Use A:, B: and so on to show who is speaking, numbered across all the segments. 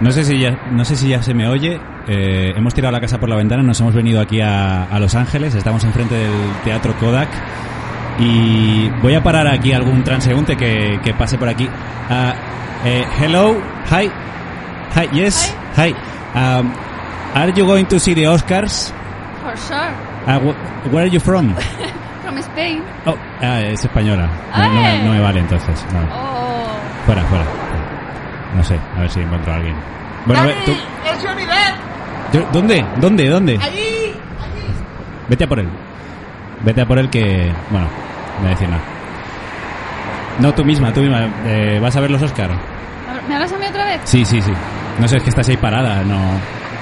A: No sé si ya, no sé si ya se me oye. Eh, hemos tirado la casa por la ventana, nos hemos venido aquí a, a Los Ángeles, estamos enfrente del Teatro Kodak. Y voy a parar aquí a algún transeúnte que, que pase por aquí. Ah, eh, hello, hi, hi, yes, hi. Um, are you going to see the Oscars?
B: For sure.
A: Ah, wh- where are you from?
B: From Spain.
A: Oh, ah, es española. No, no me, no me vale entonces. no.
B: Oh.
A: Fuera, fuera. No sé, a ver si encuentro a alguien. Bueno, a ver, tú-
C: ¡Es Johnny Depp!
A: yo- ¿Dónde? ¿Dónde? ¿Dónde?
C: ¡Ahí!
A: Vete a por él. Vete a por él que... Bueno, no voy a decir nada. No, tú misma, tú misma. Eh, ¿Vas a ver los Oscar?
B: A ver, ¿Me hablas a mí otra vez?
A: Sí, sí, sí. No sé, es que estás ahí parada, no...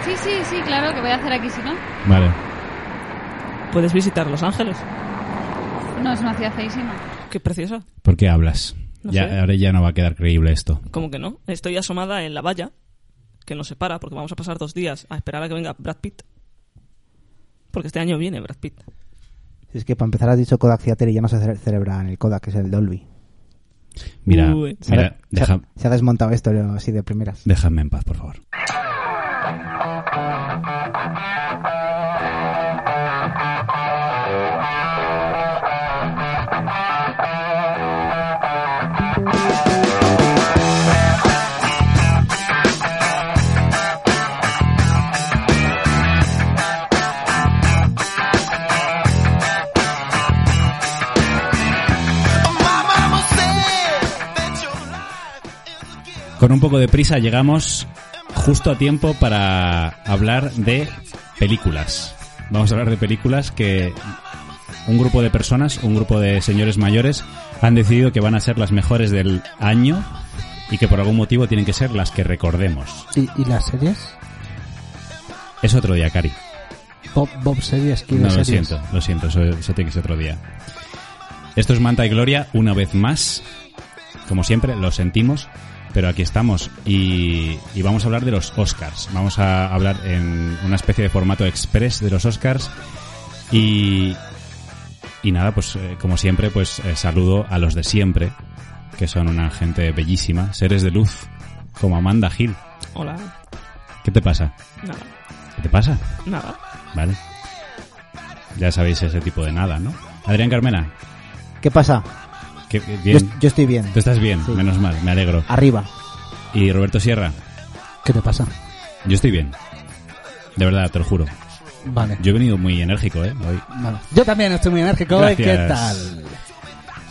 B: Sí, sí, sí, claro, que voy a hacer aquí si no.
A: Vale.
D: Puedes visitar Los Ángeles.
B: No, es una ciudad feísima.
D: Qué preciosa.
A: ¿Por qué hablas?
D: No
A: ya,
D: sé.
A: Ahora ya no va a quedar creíble esto.
D: ¿Cómo que no? Estoy asomada en la valla que nos separa porque vamos a pasar dos días a esperar a que venga Brad Pitt. Porque este año viene Brad Pitt.
E: Es que para empezar has dicho Kodak Theater y ya no se ce- celebra en el Kodak, que es el Dolby.
A: Mira,
D: Uy.
E: Se ha-
A: mira
E: se, ha-
A: deja-
E: se ha desmontado esto lo- así de primeras.
A: déjame en paz, por favor. Con un poco de prisa llegamos justo a tiempo para hablar de películas. Vamos a hablar de películas que un grupo de personas, un grupo de señores mayores, han decidido que van a ser las mejores del año y que por algún motivo tienen que ser las que recordemos.
F: ¿Y, y las series?
A: Es otro día, Cari.
F: Bob, Bob Series, que
A: No, lo
F: series.
A: siento, lo siento, eso, eso tiene que ser otro día. Esto es Manta y Gloria, una vez más. Como siempre, lo sentimos, pero aquí estamos y, y vamos a hablar de los Oscars. Vamos a hablar en una especie de formato express de los Oscars y, y nada, pues eh, como siempre, pues eh, saludo a los de siempre, que son una gente bellísima, seres de luz, como Amanda Hill.
D: Hola.
A: ¿Qué te pasa?
D: Nada.
A: ¿Qué te pasa?
D: Nada.
A: Vale. Ya sabéis ese tipo de nada, ¿no? Adrián Carmena,
E: ¿Qué pasa?
A: que, que
E: Yo,
A: bien.
E: yo estoy bien.
A: Tú estás bien,
E: Sí. Ah.
A: menos mal, me alegro.
E: Arriba.
A: Y Roberto Sierra,
F: ¿Qué te pasa?
A: yo estoy bien. De verdad, te lo juro.
F: Vale.
A: Yo he venido muy enérgico, ¿eh? Hoy.
F: Vale. Yo también estoy muy enérgico. ¿eh? ¿Qué
A: Gracias.
F: tal?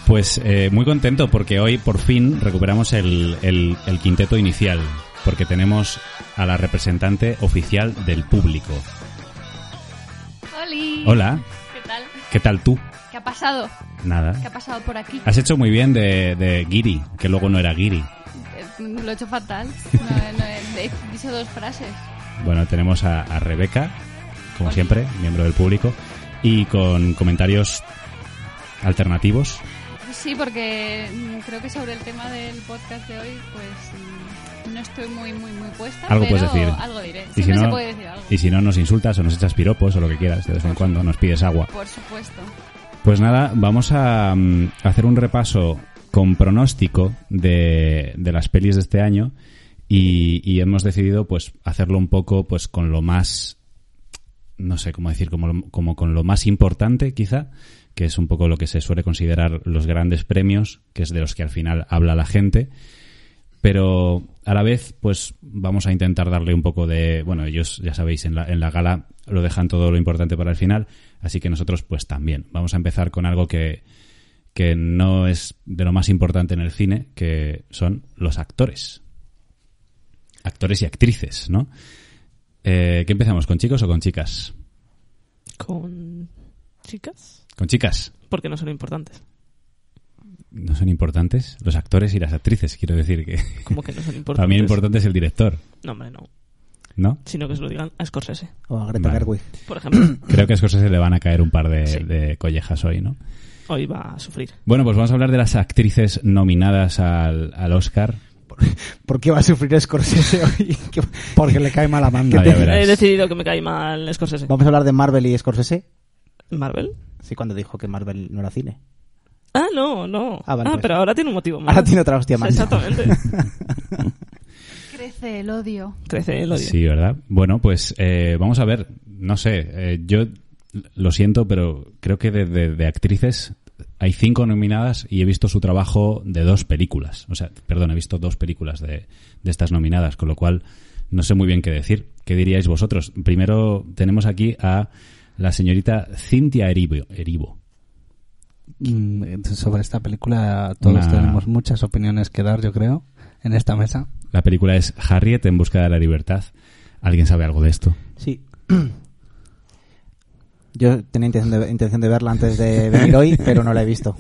A: Pues eh, muy contento porque hoy por fin recuperamos el, el- el quinteto inicial. Porque tenemos a la representante oficial del público.
B: Oli.
A: Hola,
B: ¿Qué tal?
A: ¿qué tal tú?
B: ¿Qué ha pasado? ¿Qué ha
A: Nada.
B: pasado por aquí?
A: Has hecho muy bien de, de Giri, que luego no era Giri.
B: Eh, Lo he hecho fatal. No, eh, no, eh, he dicho dos frases.
A: Bueno, tenemos a, a Rebeca, como siempre, miembro del público, y con comentarios alternativos.
B: Sí, porque mm, creo que sobre el tema del podcast de hoy, pues mm, no estoy muy, muy, muy puesta.
A: Algo
B: pero
A: puedes decir.
B: Algo diré.
A: Y si
B: Siempre
A: no-
B: se puede decir algo.
A: Y si no, nos insultas o nos echas piropos o lo que quieras, de vez en cuando nos pides agua.
B: Por supuesto.
A: Pues nada, vamos a mm, hacer un repaso con pronóstico de, de las pelis de este año y, y hemos decidido pues hacerlo un poco pues con lo más no sé cómo decir como, lo- como con lo más importante quizá que es un poco lo que se suele considerar los grandes premios que es de los que al final habla la gente pero a la vez pues vamos a intentar darle un poco de bueno ellos ya sabéis en la, en la gala lo dejan todo lo importante para el final así que nosotros pues también vamos a empezar con algo que que no es de lo más importante en el cine que son los actores actores y actrices no eh, qué empezamos con chicos o con chicas
D: Con chicas.
A: con chicas
D: Porque no son importantes.
A: no son importantes los actores y las actrices quiero decir que
D: Como que no son importantes.
A: para mí importante es el director
D: No, hombre, no.
A: no
D: Sino que se lo digan a Scorsese,
E: O a Oh, Greta
A: Vale.
E: Gerwig.
D: por ejemplo.
A: Creo que a Scorsese le van a caer un par de,
D: Sí.
A: de collejas hoy, ¿no?
D: Hoy va a sufrir.
A: Bueno, pues vamos a hablar de las actrices nominadas al, al Oscar.
E: ¿Por qué va a sufrir Scorsese hoy? ¿Qué-
F: Porque le cae mal a Amanda.
A: Ah, ya verás.
D: He decidido que me cae mal Scorsese.
E: Vamos a hablar de Marvel y Scorsese.
D: ¿Marvel?
E: Sí, cuando dijo que Marvel no era cine.
D: Ah, no, no.
E: Ah, vale, pues.
D: pero ahora tiene un motivo más.
E: Ahora tiene otra hostia más.
D: Exactamente.
B: ¿Qué Crece el odio.
D: 13, lo digo.
A: Sí, ¿verdad? Bueno, pues eh, vamos a ver. No sé, eh, yo lo siento, pero creo que de, de- de actrices hay cinco nominadas y he visto su trabajo de dos películas. O sea, perdón, he visto dos películas de, de estas nominadas, con lo cual no sé muy bien qué decir. ¿Qué diríais vosotros? Primero tenemos aquí a la señorita Cintia Erivo. Erivo.
F: Mm, Sobre esta película todos
A: Una-
F: tenemos muchas opiniones que dar, yo creo, en esta mesa.
A: La película es Harriet en busca de la libertad. ¿Alguien sabe algo de esto?
E: Sí. Yo tenía intención de, intención de verla antes de venir hoy, pero no la he visto.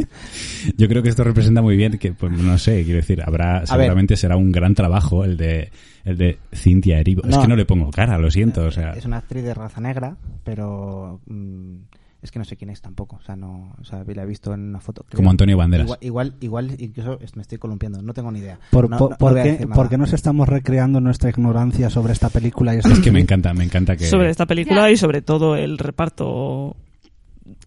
A: Yo creo que esto representa muy bien que, pues no sé, quiero decir, habrá, seguramente será un gran trabajo el de, el de Cintia Erivo. Es
E: No.
A: que no le pongo cara, lo siento, o sea.
E: Es una actriz de raza negra, pero mm, es que no sé quién es tampoco. O sea, no, o sea, la he visto en una foto. creo.
A: Como Antonio Banderas.
E: Igual, igual, igual incluso me estoy columpiando, no tengo ni idea.
F: ¿Por,
E: no,
F: por-
E: no-
F: por
E: no voy a
F: qué,
E: decir nada.
F: por qué nos estamos recreando nuestra ignorancia sobre esta película? Y esta
A: Es que me
F: actriz?
A: encanta, me encanta que.
D: Sobre este esta película
B: Ya.
D: y sobre todo el reparto.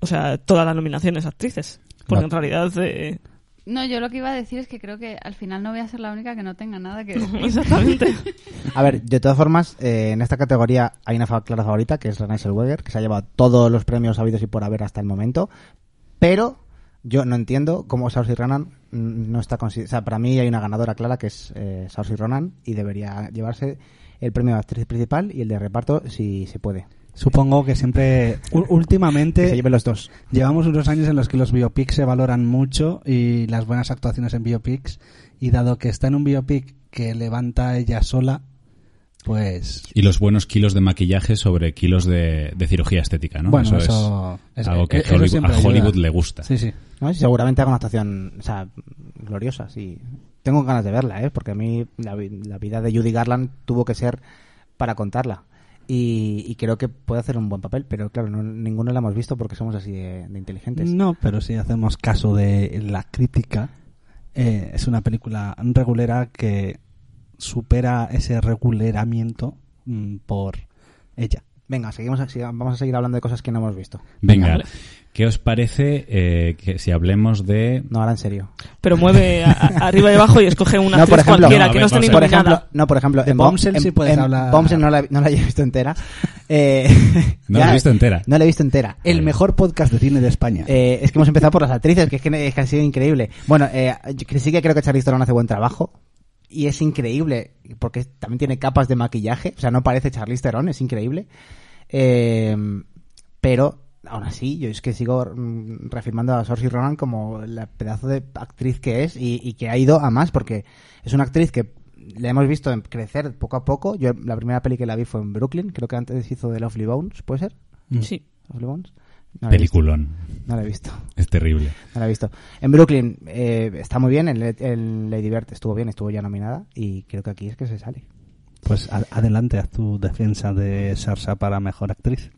D: O sea, todas las nominaciones a actrices. Porque
F: No.
D: en realidad. eh,
B: No, yo lo que iba a decir es que creo que al final no voy a ser la única que no tenga nada que decir.
D: exactamente.
E: A ver, de todas formas, eh, en esta categoría hay una fa- clara favorita, que es Renée Zellweger, que se ha llevado todos los premios habidos y por haber hasta el momento. Pero yo no entiendo cómo Saoirse Ronan mm, no está consi- O sea, para mí hay una ganadora clara, que es eh, Saoirse Ronan, y debería llevarse el premio de actriz principal y el de reparto, si se puede.
F: Supongo que siempre, u-
E: Que se
F: últimamente,
E: lleven los dos.
F: llevamos unos años en los que los biopics se valoran mucho y las buenas actuaciones en biopics. Y dado que está en un biopic que levanta ella sola, pues.
A: Y los buenos kilos de maquillaje sobre kilos de, de cirugía estética, ¿no?
F: Bueno, eso,
A: es
F: es-
A: algo
E: e-
A: que
F: eso
A: Hollywood-
F: siempre
A: a
F: ayuda.
A: Hollywood le gusta.
F: Sí, sí.
E: ¿no? Y seguramente haga una actuación o sea, gloriosa, sí. Tengo ganas de verla, ¿eh? porque a mí la, vi- la vida de Judy Garland tuvo que ser para contarla. Y, y creo que puede hacer un buen papel, pero claro, no, ninguno la hemos visto porque somos así de, de inteligentes.
F: No, pero si hacemos caso de la crítica, eh, es una película regulera que supera ese reguleramiento mm, por ella.
E: Venga, seguimos, a- siga- vamos a seguir hablando de cosas que no hemos visto.
A: Venga, ¿qué os parece eh, que si hablemos de.
E: No, ahora en serio.
D: Pero mueve a- a- arriba y abajo y escoge una
E: No,
D: actriz
E: por ejemplo,
D: cualquiera
A: no, a
D: que
A: ver,
D: no esté
A: vamos a
E: por
A: ver.
E: ejemplo,
D: nominada.
E: no, por ejemplo,
F: De
E: en Bom-
F: Bombshell
E: en-
F: sí puedes
E: en
F: hablar.
E: Bombshell no la, no la he visto entera. Eh,
A: No la has visto entera.
E: No la he visto entera.
F: El mejor podcast de cine de España.
E: Eh, es que hemos empezado por las actrices, que es que, es que ha sido increíble. Bueno, eh, yo que sí que creo que Charlize Theron hace buen trabajo. Y es increíble, porque también tiene capas de maquillaje. O sea, no parece Charlize Theron, es increíble. Eh, pero, aún así, yo es que sigo mm, reafirmando a Saoirse Ronan como la pedazo de actriz que es y, y que ha ido a más, porque es una actriz que la hemos visto en- crecer poco a poco. Yo la primera peli que la vi fue en Brooklyn, creo que antes hizo de Lovely Bones, ¿puede ser?
D: Sí.
E: Lovely Bones. No la he visto.
A: Peliculón.
E: No la he visto.
A: Es terrible.
E: No la he visto. En Brooklyn eh, está muy bien, en, Le- en Lady Bird estuvo bien, estuvo ya nominada y creo que aquí es que se sale.
F: Pues a- adelante, haz tu defensa de Sarsa para mejor actriz.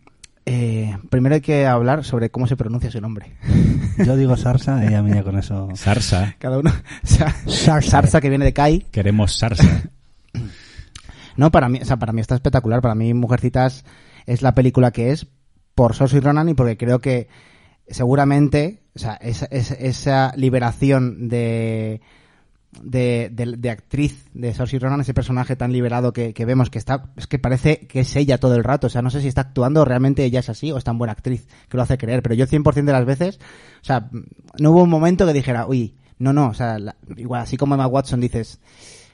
E: Eh, primero hay que hablar sobre cómo se pronuncia su nombre.
F: Yo digo Sarsa, ella mía con eso.
A: Sarsa.
E: Cada uno. o sea,
F: Sarsa.
E: Sarsa que viene de Kai.
A: Queremos Sarsa.
E: No, para mí, o sea, para mí está espectacular. Para mí, Mujercitas es la película que es por Sorso y Ronan y porque creo que seguramente, o sea, esa, esa- esa liberación de, de, de- de actriz de Saoirse Ronan, ese personaje tan liberado que, que vemos que está, es que parece que es ella todo el rato, o sea, no sé si está actuando o realmente ella es así o es tan buena actriz que lo hace creer, pero yo 100% de las veces, o sea, no hubo un momento que dijera, uy, no, no, o sea, la- igual así como Emma Watson dices,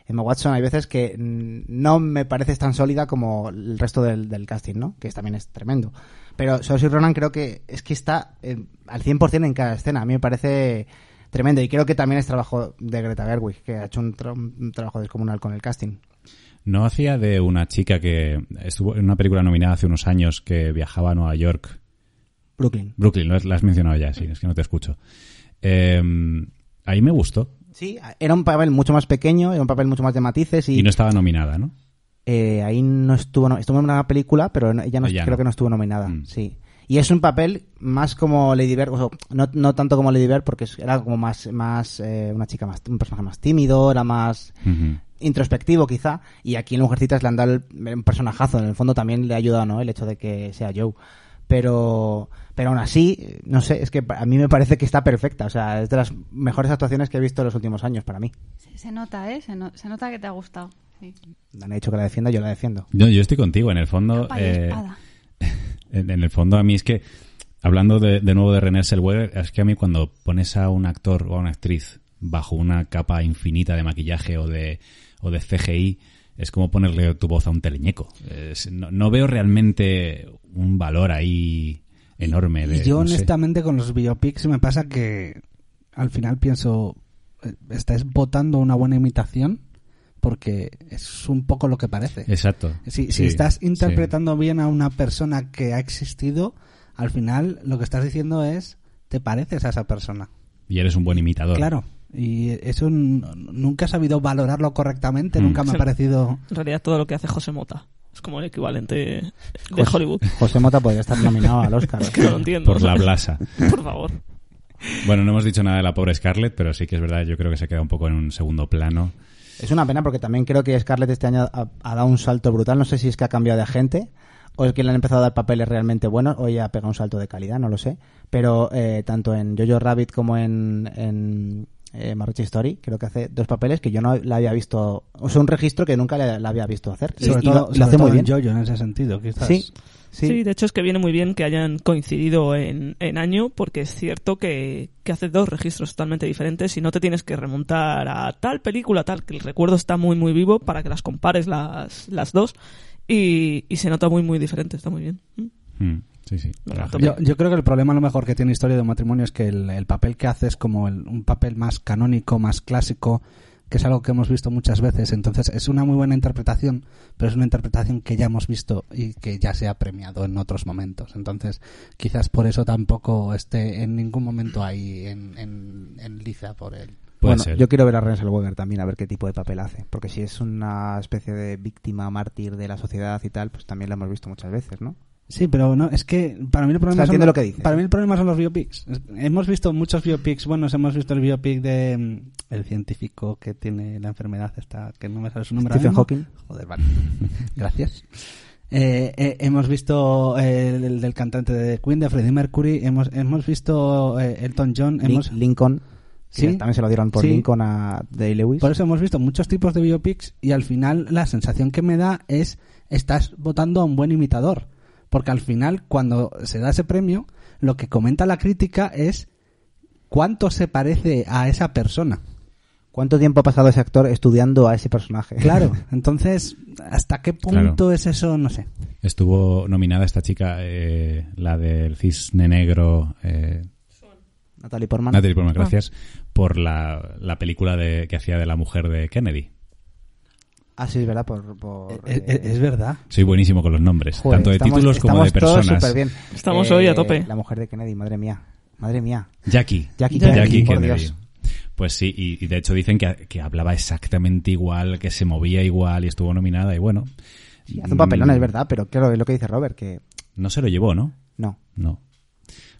E: Emma Watson hay veces que mm, no me pareces tan sólida como el resto del, del casting, ¿no? Que también es tremendo. Pero Saoirse Ronan creo que es que está eh, al 100% en cada escena. A mí me parece tremendo. Y creo que también es trabajo de Greta Gerwig, que ha hecho un, tra- un trabajo descomunal con el casting.
A: ¿No hacía de una chica que estuvo en una película nominada hace unos años que viajaba a Nueva York
E: Brooklyn.
A: Brooklyn, lo has, la has mencionado ya, sí, es que no te escucho. Eh, ahí me gustó.
E: Sí, era un papel mucho más pequeño, era un papel mucho más de matices y
A: Y no estaba nominada, ¿no?
E: eh, ahí no estuvo, no- estuvo en una película, pero no- ella no,
A: Ella
E: creo
A: no.
E: que no estuvo nominada,
A: Mm.
E: sí. Y es un papel más como Lady Bird, o sea, no, no tanto como Lady Bird porque es- era como más, más eh, una chica más, un personaje más tímido, era más
A: Ujú.
E: introspectivo quizá, y aquí en Mujercitas le han dado el- un personajazo, en el fondo también le ha ayudado ¿no? el hecho de que sea Joe. Pero, pero aún así, no sé, es que pa- a mí me parece que está perfecta, o sea, es de las mejores actuaciones que he visto en los últimos años para mí.
B: Se, se nota, ¿eh? Se, no- se nota que te ha gustado. Sí.
E: Me han dicho que la defienda, yo la defiendo.
A: Yo, yo estoy contigo, en el fondo.
B: Capa y
A: eh,
B: espada.
A: en, en el fondo, a mí es que, hablando de, de nuevo de René Selweger, es que a mí cuando pones a un actor o a una actriz bajo una capa infinita de maquillaje o de, o de CGI, es como ponerle tu voz a un teleñeco. Es- no, no veo realmente un valor ahí enorme. De,
F: Y yo
A: no sé.
F: honestamente con los biopics me pasa que al final pienso, eh, estáis votando una buena imitación porque es un poco lo que parece.
A: Exacto.
F: Si, si
A: Sí,
F: estás
A: sí.
F: interpretando bien a una persona que ha existido, al final lo que estás diciendo es, te pareces a esa persona.
A: Y eres un buen imitador.
F: Claro. Y eso n- nunca he sabido valorarlo correctamente,
A: Mm.
F: nunca me ha
D: Sí.
F: parecido...
D: En realidad todo lo que hace José Mota es como el equivalente de
E: José-
D: Hollywood.
E: José Mota podría estar nominado al Oscar.
D: Que no lo entiendo.
A: Por la blasa.
D: Por favor.
A: Bueno, no hemos dicho nada de la pobre Scarlett, pero sí que es verdad, yo creo que se queda un poco en un segundo plano.
E: Es una pena porque también creo que Scarlett este año ha, ha dado un salto brutal. No sé si es que ha cambiado de agente o es que le han empezado a dar papeles realmente buenos o ella ha pegado un salto de calidad, no lo sé. Pero eh, tanto en Jojo Rabbit como en, en eh, Marriage Story creo que hace dos papeles que yo no la había visto... O sea, un registro que nunca le- la había visto hacer. Y-
F: Sobre
E: y
F: todo,
E: lo- lo,
F: sobre
E: hace
F: todo
E: muy bien.
F: en Jojo en ese sentido. Quizás.
E: Sí,
D: Sí.
E: sí.
D: de hecho es que viene muy bien que hayan coincidido en, en año, porque es cierto que, que hace dos registros totalmente diferentes y no te tienes que remontar a tal película, tal, que el recuerdo está muy, muy vivo para que las compares las, las dos y, y se nota muy, muy diferente, está muy bien. Mm.
A: Mm, Sí, sí. Trabaja
D: Toma.
A: bien.
F: Yo, yo creo que el problema a lo mejor que tiene Historia de un matrimonio es que el, el papel que hace es como el- un papel más canónico, más clásico, que es algo que hemos visto muchas veces. Entonces es una muy buena interpretación, pero es una interpretación que ya hemos visto y que ya se ha premiado en otros momentos. Entonces quizás por eso tampoco esté en ningún momento ahí en, en- en liza por él.
A: Puede
E: bueno,
A: ser.
E: yo quiero ver a René Zellweger también, a ver qué tipo de papel hace. Porque si es una especie de víctima, mártir de la sociedad y tal, pues también la hemos visto muchas veces, ¿no?
F: Sí, pero no, es que para mí el problema
E: O sea,
F: son
E: entiendo
F: los-
E: lo que dices.
F: Para mí el problema son los biopics. Es- Hemos visto muchos biopics buenos, hemos visto el biopic de mm, el científico que tiene la enfermedad esta que no me sale su nombre. ahora
E: Stephen
F: mismo.
E: Hawking.
F: Joder, vale. Gracias. Eh, eh, hemos visto eh, el, el del cantante de Queen, de Freddie Mercury, hemos, hemos visto eh, Elton John,
E: Lin-
F: hemos,
E: Lincoln. que
F: Sí.
E: También se lo dieron por
F: Sí.
E: Lincoln a Day Lewis.
F: por eso hemos visto muchos tipos de biopics y al final la sensación que me da es estás votando a un buen imitador. Porque al final cuando se da ese premio, lo que comenta la crítica es cuánto se parece a esa persona.
E: ¿Cuánto tiempo ha pasado ese actor estudiando a ese personaje?
F: Claro, entonces, ¿hasta qué punto
A: Claro.
F: es eso? No sé.
A: Estuvo nominada esta chica, eh, la del cisne negro, eh,
E: Natalie Portman.
A: Natalie Portman, gracias, por la, la película de, que hacía de la mujer de Kennedy.
E: Ah, sí, es verdad, por... por,
F: Es-
E: eh,
F: es- es verdad.
A: Soy buenísimo con los nombres,
E: joder,
A: tanto de
E: estamos-
A: títulos como de
E: estamos todos
A: personas.
E: superbién. Eh,
D: Estamos hoy a tope.
E: La mujer de Kennedy, madre mía. Madre mía.
A: Jackie.
E: Jackie Kennedy,
A: Jackie
E: por
A: Kennedy.
E: Dios.
A: Pues sí, y, y de hecho dicen que, que hablaba exactamente igual, que se movía igual y estuvo nominada y bueno.
E: Sí, hace un papelón,
A: mm,
E: es verdad, pero claro, es lo que dice Robert, que
A: No se lo llevó, ¿no?
E: no.
A: No.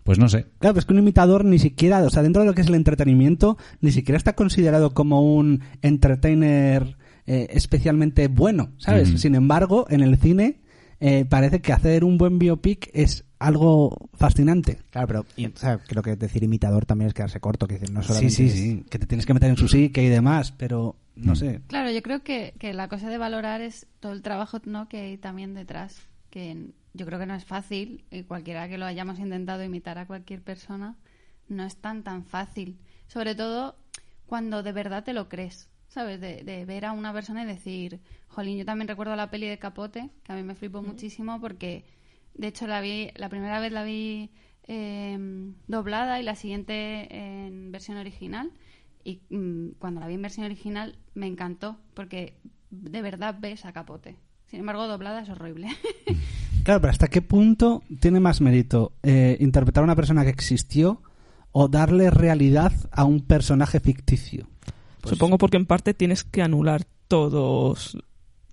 A: Pues no sé.
F: Claro, pero es que un imitador ni siquiera, o sea, dentro de lo que es el entretenimiento, ni siquiera está considerado como un entertainer eh, especialmente bueno, ¿sabes?
A: Ujú.
F: Sin embargo, en el cine eh, parece que hacer un buen biopic es algo fascinante.
E: Claro, pero y, o sea, creo que decir imitador también es quedarse corto, que decir, no
F: Pues
E: solamente es-
F: Que te tienes que meter en su psique y demás, pero no
A: Mm.
F: sé.
B: Claro, yo creo que, que la cosa de valorar es todo el trabajo ¿no? que hay también detrás, que n- yo creo que no es fácil, y cualquiera que lo hayamos intentado imitar a cualquier persona, no es tan tan fácil, sobre todo cuando de verdad te lo crees, ¿sabes? De, de ver a una persona y decir, jolín, yo también recuerdo la peli de Capote, que a mí me flipó muchísimo porque, de hecho, la vi la primera vez la vi eh, doblada y la siguiente en versión original. Y mm, cuando la vi en versión original me encantó, porque de verdad ves a Capote. Sin embargo, doblada es horrible.
F: Claro, pero ¿hasta qué punto tiene más mérito eh, interpretar a una persona que existió o darle realidad a un personaje ficticio?
D: Pues Supongo porque en parte tienes que anular todos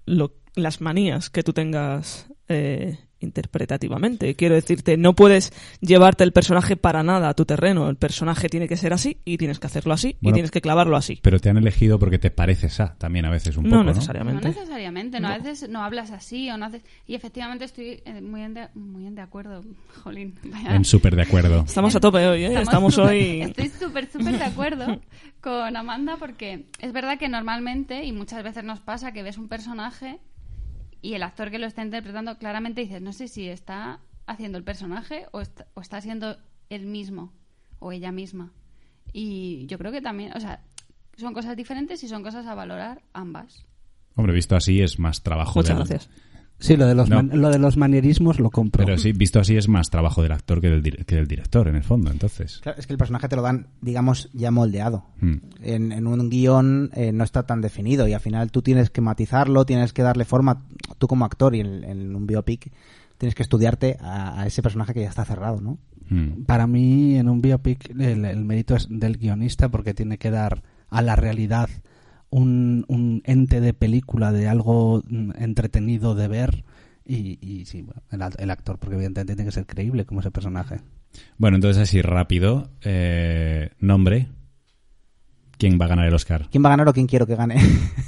D: lo- las manías que tú tengas eh, interpretativamente. Quiero decirte, no puedes llevarte el personaje para nada a tu terreno. El personaje tiene que ser así y tienes que hacerlo así
A: Bueno,
D: y tienes que clavarlo así.
A: Pero te han elegido porque te pareces a también a veces un
D: No
A: poco, ¿no?
B: No
D: necesariamente.
B: necesariamente, no, a
D: No.
B: veces no hablas así o no haces... Y efectivamente estoy eh, muy en de, muy en de acuerdo, jolín. vaya.
A: En súper de acuerdo.
D: Estamos a tope hoy, ¿eh? Estamos,
B: súper-
D: hoy...
B: Estoy súper, súper de acuerdo con Amanda porque es verdad que normalmente y muchas veces nos pasa que ves un personaje y el actor que lo está interpretando claramente dices, no sé si está haciendo el personaje o está, o está siendo él mismo o ella misma. Y yo creo que también, o sea, son cosas diferentes y son cosas a valorar ambas.
A: Hombre, visto así es más trabajo
D: Muchas
A: del-
D: gracias.
F: Sí, lo de los,
A: No.
F: man- lo de los manierismos lo compro.
A: Pero sí, visto así es más trabajo del actor que del, dir- que del director, en el fondo, entonces.
E: Claro, es que el personaje te lo dan, digamos, ya moldeado.
A: Mm.
E: En, en un guión eh, no está tan definido y al final tú tienes que matizarlo, tienes que darle forma, tú como actor y en, en un biopic tienes que estudiarte a, a ese personaje que ya está cerrado, ¿no?
A: Mm.
F: Para mí, en un biopic, el, el mérito es del guionista porque tiene que dar a la realidad un, un ente de película, de algo mm, entretenido de ver. Y, y sí, bueno, el, act- el actor, porque evidentemente tiene que ser creíble como ese personaje.
A: Bueno, entonces así rápido. eh, nombre. ¿Quién va a ganar el Oscar?
E: ¿Quién va a ganar o quién quiero que gane?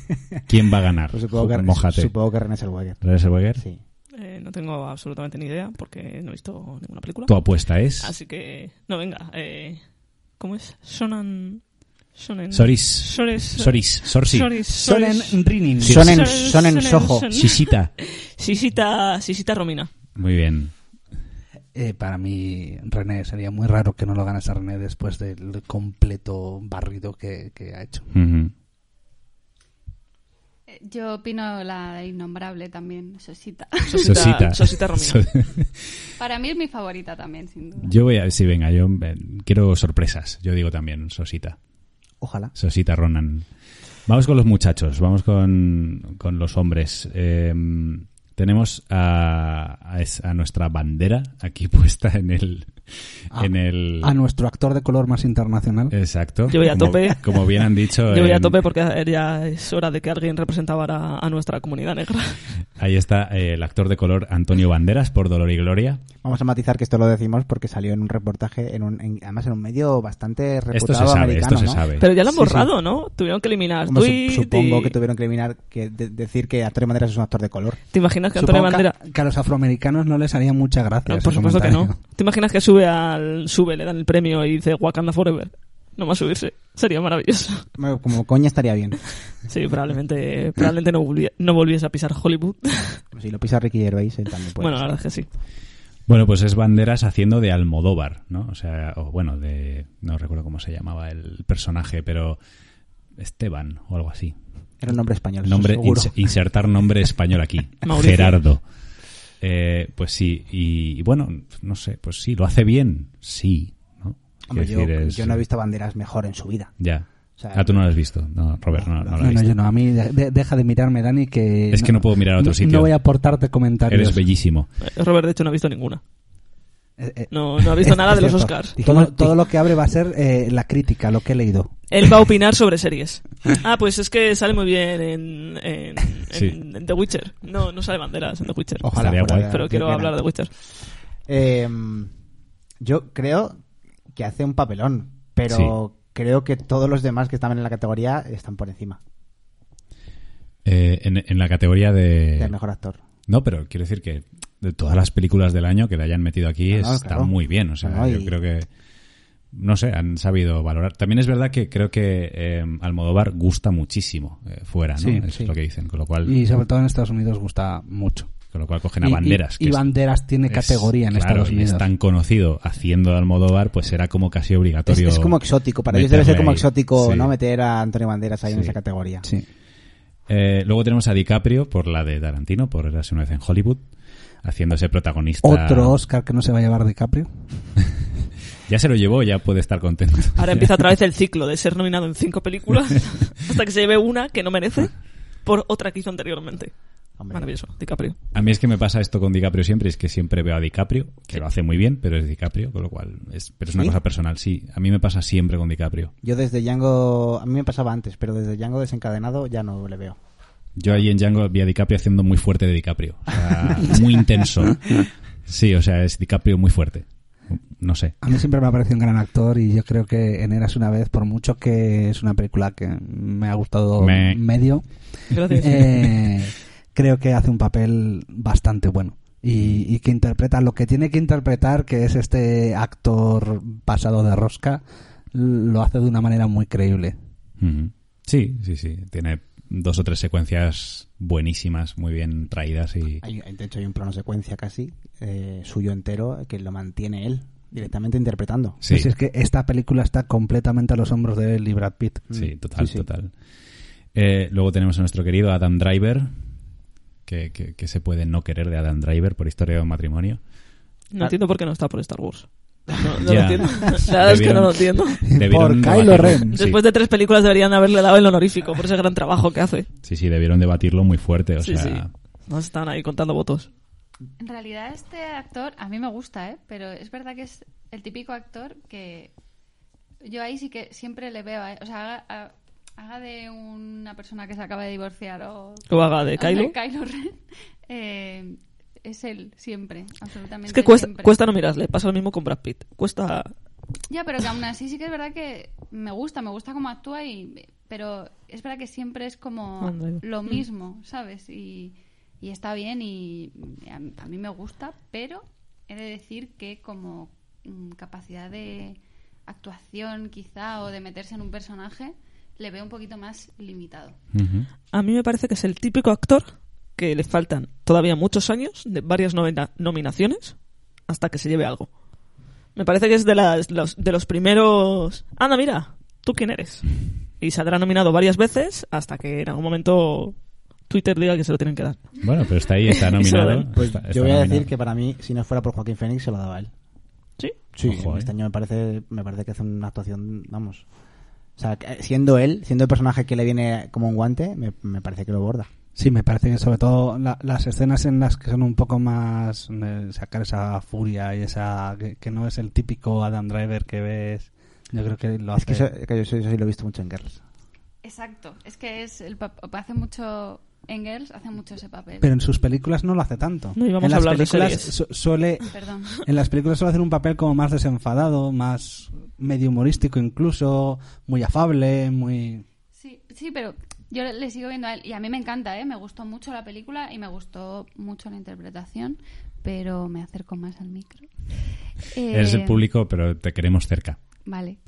A: ¿Quién va a ganar?
E: Pues supongo, que,
A: Mójate.
E: supongo que René Zellweger.
A: ¿René Zellweger?
E: Sí.
D: Eh, no tengo absolutamente ni idea porque no he visto ninguna película.
A: Tu apuesta es.
D: Así que, no, venga. Eh, ¿Cómo es? Sonan... Sonen...
A: Soris.
D: Sores...
A: Soris. Sorsi.
D: Soris.
F: Soren
D: Soris.
F: Rinin.
A: Sí.
E: Son en,
D: Son-
E: son en
D: son en-
E: Soho.
D: son-
A: Sisita.
D: Sisita, Sisita Romina.
A: Muy bien.
F: Eh, para mí, René, sería muy raro que no lo ganase René después del completo barrido que, que ha hecho.
A: Ujú.
B: Eh, Yo opino la innombrable también, Sosita.
A: Sosita.
D: Sosita, Sosita Romina.
A: So-
B: Para mí es mi favorita también, sin duda.
A: Yo voy a. Sí, venga, yo eh, quiero sorpresas. Yo digo también Sosita.
E: Ojalá.
A: Sosita Ronan. Vamos con los muchachos, vamos con, con los hombres. Eh, tenemos a, a es- a nuestra bandera aquí puesta en el.
F: Ah,
A: en el
F: A nuestro actor de color más internacional.
A: Exacto.
D: Yo voy a
A: Como-
D: tope.
A: Como bien han dicho.
D: Yo voy a
A: en-
D: tope porque ya es hora de que alguien representaba a, a nuestra comunidad negra.
A: Ahí está eh, el actor de color Antonio Banderas por Dolor y Gloria.
E: Vamos a matizar que esto lo decimos porque salió en un reportaje, en un, en- además en un medio bastante reputado
A: Esto se sabe,
E: americano,
A: esto se
E: ¿no?
A: sabe.
D: Pero ya lo han
E: Sí, sí.
D: borrado, ¿no? Tuvieron que eliminar
E: Hombre,
D: tweet
E: su- supongo
D: y-
E: que tuvieron que eliminar, que de- decir que Antonio Banderas es un actor de color.
D: ¿Te imaginas que Antonio
F: Supongo que,
D: Bandera...
F: a- que a los afroamericanos no les haría mucha gracia.
D: No,
F: ese
D: por supuesto que
F: comentario.
D: no. ¿Te imaginas que sube al... sube, le dan el premio y dice Wakanda Forever? No más subirse. Sería maravilloso.
E: Bueno, Como coña estaría bien.
D: Sí, probablemente, probablemente no, volvi- no volviese a pisar Hollywood.
E: Pues Si lo pisa Ricky Gervais, él también puede.
D: bueno, la verdad es que sí.
A: Bueno, pues es Banderas haciendo de Almodóvar, ¿no? O sea, o bueno, de. No recuerdo cómo se llamaba el personaje, pero. Esteban o algo así.
E: Era un nombre español, eso
A: nombre
E: seguro.
A: ins- insertar nombre español aquí
D: Mauricio.
A: Gerardo Eh, pues sí y, y bueno no sé pues sí lo hace bien sí ¿no?
E: Hombre,
A: Quiero
E: yo,
A: decir, es- eh,
E: yo no he visto banderas mejor en su vida.
A: ya
E: O sea,
A: ah tú no lo has visto no Robert no, no lo has
F: No, no,
A: visto
F: yo no. A mí de- de- deja de mirarme, Dani, que...
A: Es que no puedo mirar a otro
F: no-
A: sitio.
F: No voy a aportarte comentarios.
A: eres bellísimo
D: Eh, Robert, de hecho, no ha visto ninguna.
F: Eh, eh,
D: No, no ha visto
F: es-
D: nada
F: es
D: de los
F: cierto.
D: Oscars.
F: Todo, todo lo que abre va a ser eh, la crítica, lo que he leído.
D: Él va a opinar sobre series. Ah, pues es que sale muy bien en, en- en-
A: Sí.
D: en The Witcher. No, no sale banderas en The Witcher.
E: Ojalá.
A: Estaría
E: fuera
A: guay.
E: de-
D: Pero quiero
E: pena.
D: hablar de Witcher.
E: Eh, yo creo que hace un papelón, pero
A: Sí.
E: creo que todos los demás que estaban en la categoría están por encima
A: Eh, en, en la categoría de
E: del mejor actor.
A: no pero quiero decir que de todas las películas del año que le hayan metido aquí
F: Ah,
E: No, no,
A: está
E: claro.
A: muy bien o sea
E: No, no,
A: yo
E: y-
A: creo que no sé, han sabido valorar. También es verdad que creo que eh, Almodóvar gusta muchísimo eh, fuera, ¿no?
F: Sí,
A: Eso
F: sí.
A: es lo que dicen. Con lo cual,
F: Y sobre todo en Estados Unidos gusta mucho.
A: Con lo cual cogen a
F: Y- y-
A: Banderas.
F: Y,
A: que es-
F: Banderas tiene
A: es-
F: categoría en
A: claro,
F: Estados
A: y
F: Unidos.
A: es tan conocido haciendo de Almodóvar, pues era como casi
E: Es,
A: obligatorio.
E: es como exótico, para ellos debe ser
A: meterle
E: como
A: ahí.
E: exótico
A: Sí.
E: no meter a Antonio Banderas ahí en
A: Sí.
E: esa categoría.
F: Sí.
A: Eh, luego tenemos a DiCaprio por la de Tarantino, por la una vez en Hollywood, haciéndose protagonista.
F: Otro Oscar que no se va a llevar DiCaprio.
A: Ya se lo llevó, ya puede estar contento.
D: Ahora empieza otra vez el ciclo de ser nominado en cinco películas hasta que se lleve una que no merece por otra que hizo anteriormente.
E: Hombre.
D: Maravilloso, DiCaprio.
A: A mí es que me pasa esto con DiCaprio siempre, es que siempre veo a DiCaprio, que lo hace muy bien, pero es DiCaprio, con lo cual es, pero es una
E: ¿Sí?
A: cosa personal, sí. A mí me pasa siempre con DiCaprio.
E: Yo desde Django, a mí me pasaba antes, pero desde Django desencadenado ya no le veo.
A: Yo ahí en Django vi a DiCaprio haciendo muy fuerte de DiCaprio. O sea, muy intenso. Sí, o sea, es DiCaprio muy fuerte. No sé.
F: A mí siempre me ha parecido un gran actor y yo creo que en Eras una vez, por mucho que es una película que me ha gustado
A: Me.
F: medio,
D: Gracias.
F: eh, creo que hace un papel bastante bueno. Y,
A: Mm.
F: y que interpreta lo que tiene que interpretar, que es este actor pasado de rosca, lo hace de una manera muy creíble.
A: Ujú. Sí, sí, sí. Tiene dos o tres secuencias buenísimas, muy bien traídas y...
E: Hay- hay- de hecho, hay un plano secuencia casi eh, suyo entero que lo mantiene él directamente interpretando.
A: Sí,
F: Pues es que esta película está completamente a los hombros de él y Brad Pitt.
A: sí, total,
E: Mm, sí, sí.
A: total. Eh, luego tenemos a nuestro querido Adam Driver, que, que- que se puede no querer de Adam Driver por historia de un matrimonio.
D: No entiendo por qué no está por Star Wars. No,
A: Ya.
D: no lo entiendo. La verdad es que no lo entiendo.
A: Debieron
F: Por Kylo
A: debatirlo-
F: Ren.
A: Sí.
D: Después de tres películas deberían haberle dado el honorífico por ese gran trabajo que hace.
A: Sí, sí, debieron debatirlo muy fuerte. O
D: Sí,
A: sea,
D: sí. No están ahí contando votos.
B: En realidad este actor a mí me gusta, ¿eh? Pero es verdad que es el típico actor que yo ahí sí que siempre le veo, ¿eh? O sea, haga, ha- haga de una persona que se acaba de divorciar o...
D: Lo haga de Kylo.
B: Ren. eh, es él siempre, absolutamente.
D: Es que cuesta,
B: siempre.
D: cuesta no mirarle. Pasa lo mismo con Brad Pitt. Cuesta...
B: Ya, pero que aún así sí que es verdad que me gusta, me gusta cómo actúa y... Pero es verdad que siempre es como
D: Andreu.
B: lo mismo, ¿sabes? Y, y está bien y a, a mí me gusta, pero he de decir que como mm, capacidad de actuación quizá o de meterse en un personaje, le veo un poquito más limitado.
A: ujú.
D: A mí me parece que es el típico actor que le faltan todavía muchos años de varias novena- nominaciones hasta que se lleve algo. Me parece que es de, las, los, de los primeros... Anda, mira, ¿tú quién eres? Y saldrá nominado varias veces hasta que en algún momento Twitter diga que se lo tienen que dar.
A: Bueno, pero está ahí, está
D: Y se lo
A: nominado.
D: dan.
E: Pues
A: está- está
E: yo voy a decir
A: nominado.
E: que para mí, si no fuera por Joaquín Phoenix, se lo daba él.
D: ¿Sí?
E: Sí,
A: Ojo,
E: este
A: eh.
E: año me parece, me parece que hace una actuación, vamos. O sea, que eh, siendo él, siendo el personaje que le viene como un guante, me, me parece que lo borda.
F: Sí, me parece que sobre todo la- las escenas en las que son un poco más eh, sacar esa furia y esa que, que no es el típico Adam Driver que ves, yo creo que lo
E: Es
F: hace.
E: que, eso, que yo, eso- eso sí lo he visto mucho en Girls.
B: Exacto, es que es el pap- hace mucho... En Girls hace mucho ese papel.
F: Pero en sus películas no lo hace tanto.
D: No, y vamos
F: en
D: a hablar de
F: películas
D: series.
F: su- suele
B: Perdón.
F: en las películas suele hacer un papel como más desenfadado, más medio humorístico incluso, muy afable, muy
B: Sí, sí, pero yo le- le sigo viendo a él y a mí me encanta, ¿eh? Me gustó mucho la película y me gustó mucho la interpretación, pero me acerco más al micro. Eh,
A: Eres el público, pero te queremos cerca.
B: Vale,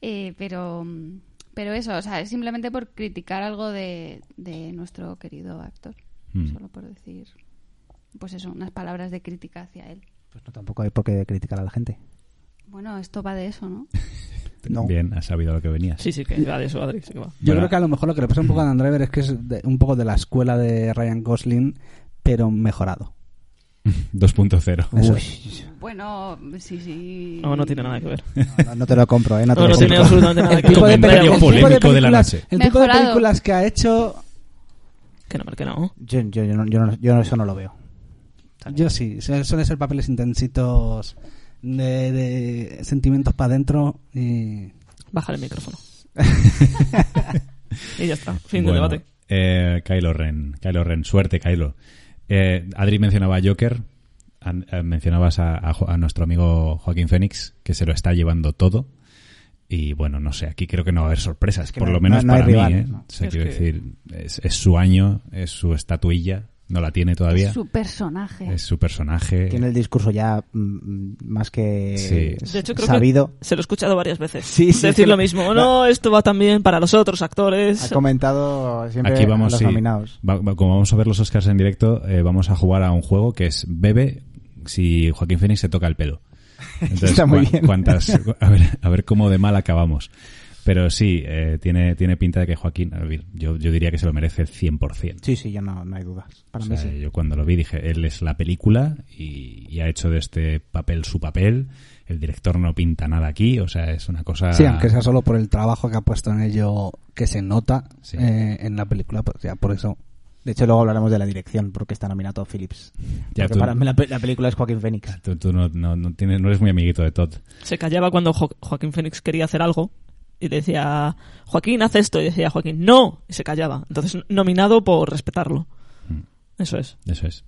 B: Eh, pero, mm, pero eso, o sea, es simplemente por criticar algo de, de nuestro querido actor,
A: Mm.
B: solo por decir, pues eso, unas palabras de crítica hacia él.
E: Pues no, tampoco hay por qué criticar a la gente.
B: Bueno, esto va de eso, ¿no?
E: No.
A: Bien, has sabido lo que venías.
D: Sí, sí, que va de eso, Adri, sí que va.
F: Yo
A: Bueno.
F: creo que a lo mejor lo que le pasa un poco a Dan Driver es que es de- un poco de la escuela de Ryan Gosling, pero mejorado.
A: 2.0.
E: Eso
F: Uy.
E: es.
B: Bueno, sí, sí.
D: No, no tiene nada que ver.
E: No, no- no te lo compro, ¿eh? No te
D: No,
E: lo
D: no
E: compro.
D: tiene absolutamente nada
F: El
D: que ver.
F: tipo de,
A: Comentario
F: peli- el tipo de
A: polémico de la
F: películas,
A: noche.
F: el tipo de
B: Mejorado.
F: películas que ha hecho,
D: Que no, que no.
E: Yo, yo, yo no, yo, no- yo no- eso no lo veo.
F: yo sí, su- suelen ser papeles intensitos de, de sentimientos para adentro y
D: Bajar el micrófono. y ya está. Fin
A: Bueno,
D: del debate.
A: eh, Kylo Ren, Kylo Ren, suerte, Kylo. Eh, Adri mencionaba a Joker, an- eh, mencionabas a, a Jo- a nuestro amigo Joaquín Phoenix, que se lo está llevando todo. Y bueno, no sé, aquí creo que no va a haber sorpresas,
E: Es que
A: por
E: no-
A: lo menos
E: no- no hay
A: para mí.
E: rivales,
A: ¿eh?
E: ¿no?
A: O sea,
D: Es
A: quiero
D: que-
A: decir, es, es su año, es su estatuilla, no la tiene todavía,
B: Es su personaje.
A: es su personaje.
E: Tiene el discurso ya mm, mm, más que
A: Sí.
E: s-
D: De hecho, creo
E: sabido.
D: que se lo he escuchado varias veces.
E: Sí, sí,
D: Decir
E: sí. Ah,
D: lo mismo. No, esto va también para los otros actores.
E: Ha comentado siempre
A: Aquí vamos,
E: los
A: sí.
E: nominados.
A: Va- va- como vamos a ver los Oscars en directo, eh, vamos a jugar a un juego que es Bebe si Joaquín Phoenix se toca el pelo. Entonces,
E: Está muy
A: cua-
E: bien.
A: cuántas- a, ver, a ver cómo de mal acabamos. Pero sí, eh, tiene, tiene pinta de que Joaquín, a ver, yo, yo diría que se lo merece 100%.
E: Sí, sí, yo no, no hay dudas. Para
A: O
E: mí
A: sea,
E: sí.
A: Yo cuando lo vi dije, él es la película y, y ha hecho de este papel su papel. El director no pinta nada aquí, o sea, es una cosa...
F: sí, aunque sea solo por el trabajo que ha puesto en ello que se nota
A: Sí.
F: eh, en la película, pues ya por eso
E: De hecho, luego hablaremos de la dirección, porque está nominado Phillips.
A: Ya
E: Porque
A: tú-
E: para mí la, pe- la película es Joaquín Phoenix.
A: Tú, tú no, no- no tienes, no eres muy amiguito de Todd.
D: Se callaba cuando Jo- Joaquín Phoenix quería hacer algo y le decía, Joaquín, haz esto. Y decía Joaquín, no. Y se callaba. Entonces, nominado por respetarlo. Eso es.
A: Eso es.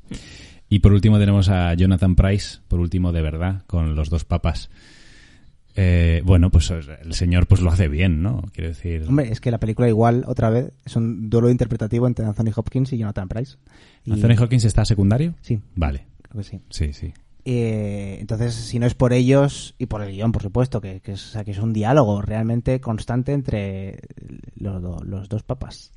A: Y por último tenemos a Jonathan Price, por último de verdad, con los dos papas. Eh, bueno, pues el señor pues lo hace bien, ¿no? Quiero decir,
E: Hombre, es que la película igual, otra vez, es un duelo interpretativo entre Anthony Hopkins y Jonathan Price. Y-
A: Anthony Hopkins está secundario.
E: Sí,
A: Vale,
E: creo que sí.
A: sí, sí.
E: Eh, entonces, si no es por ellos y por el guión, por supuesto, que, que es, o sea, que es un diálogo realmente constante entre los, do- los dos papas.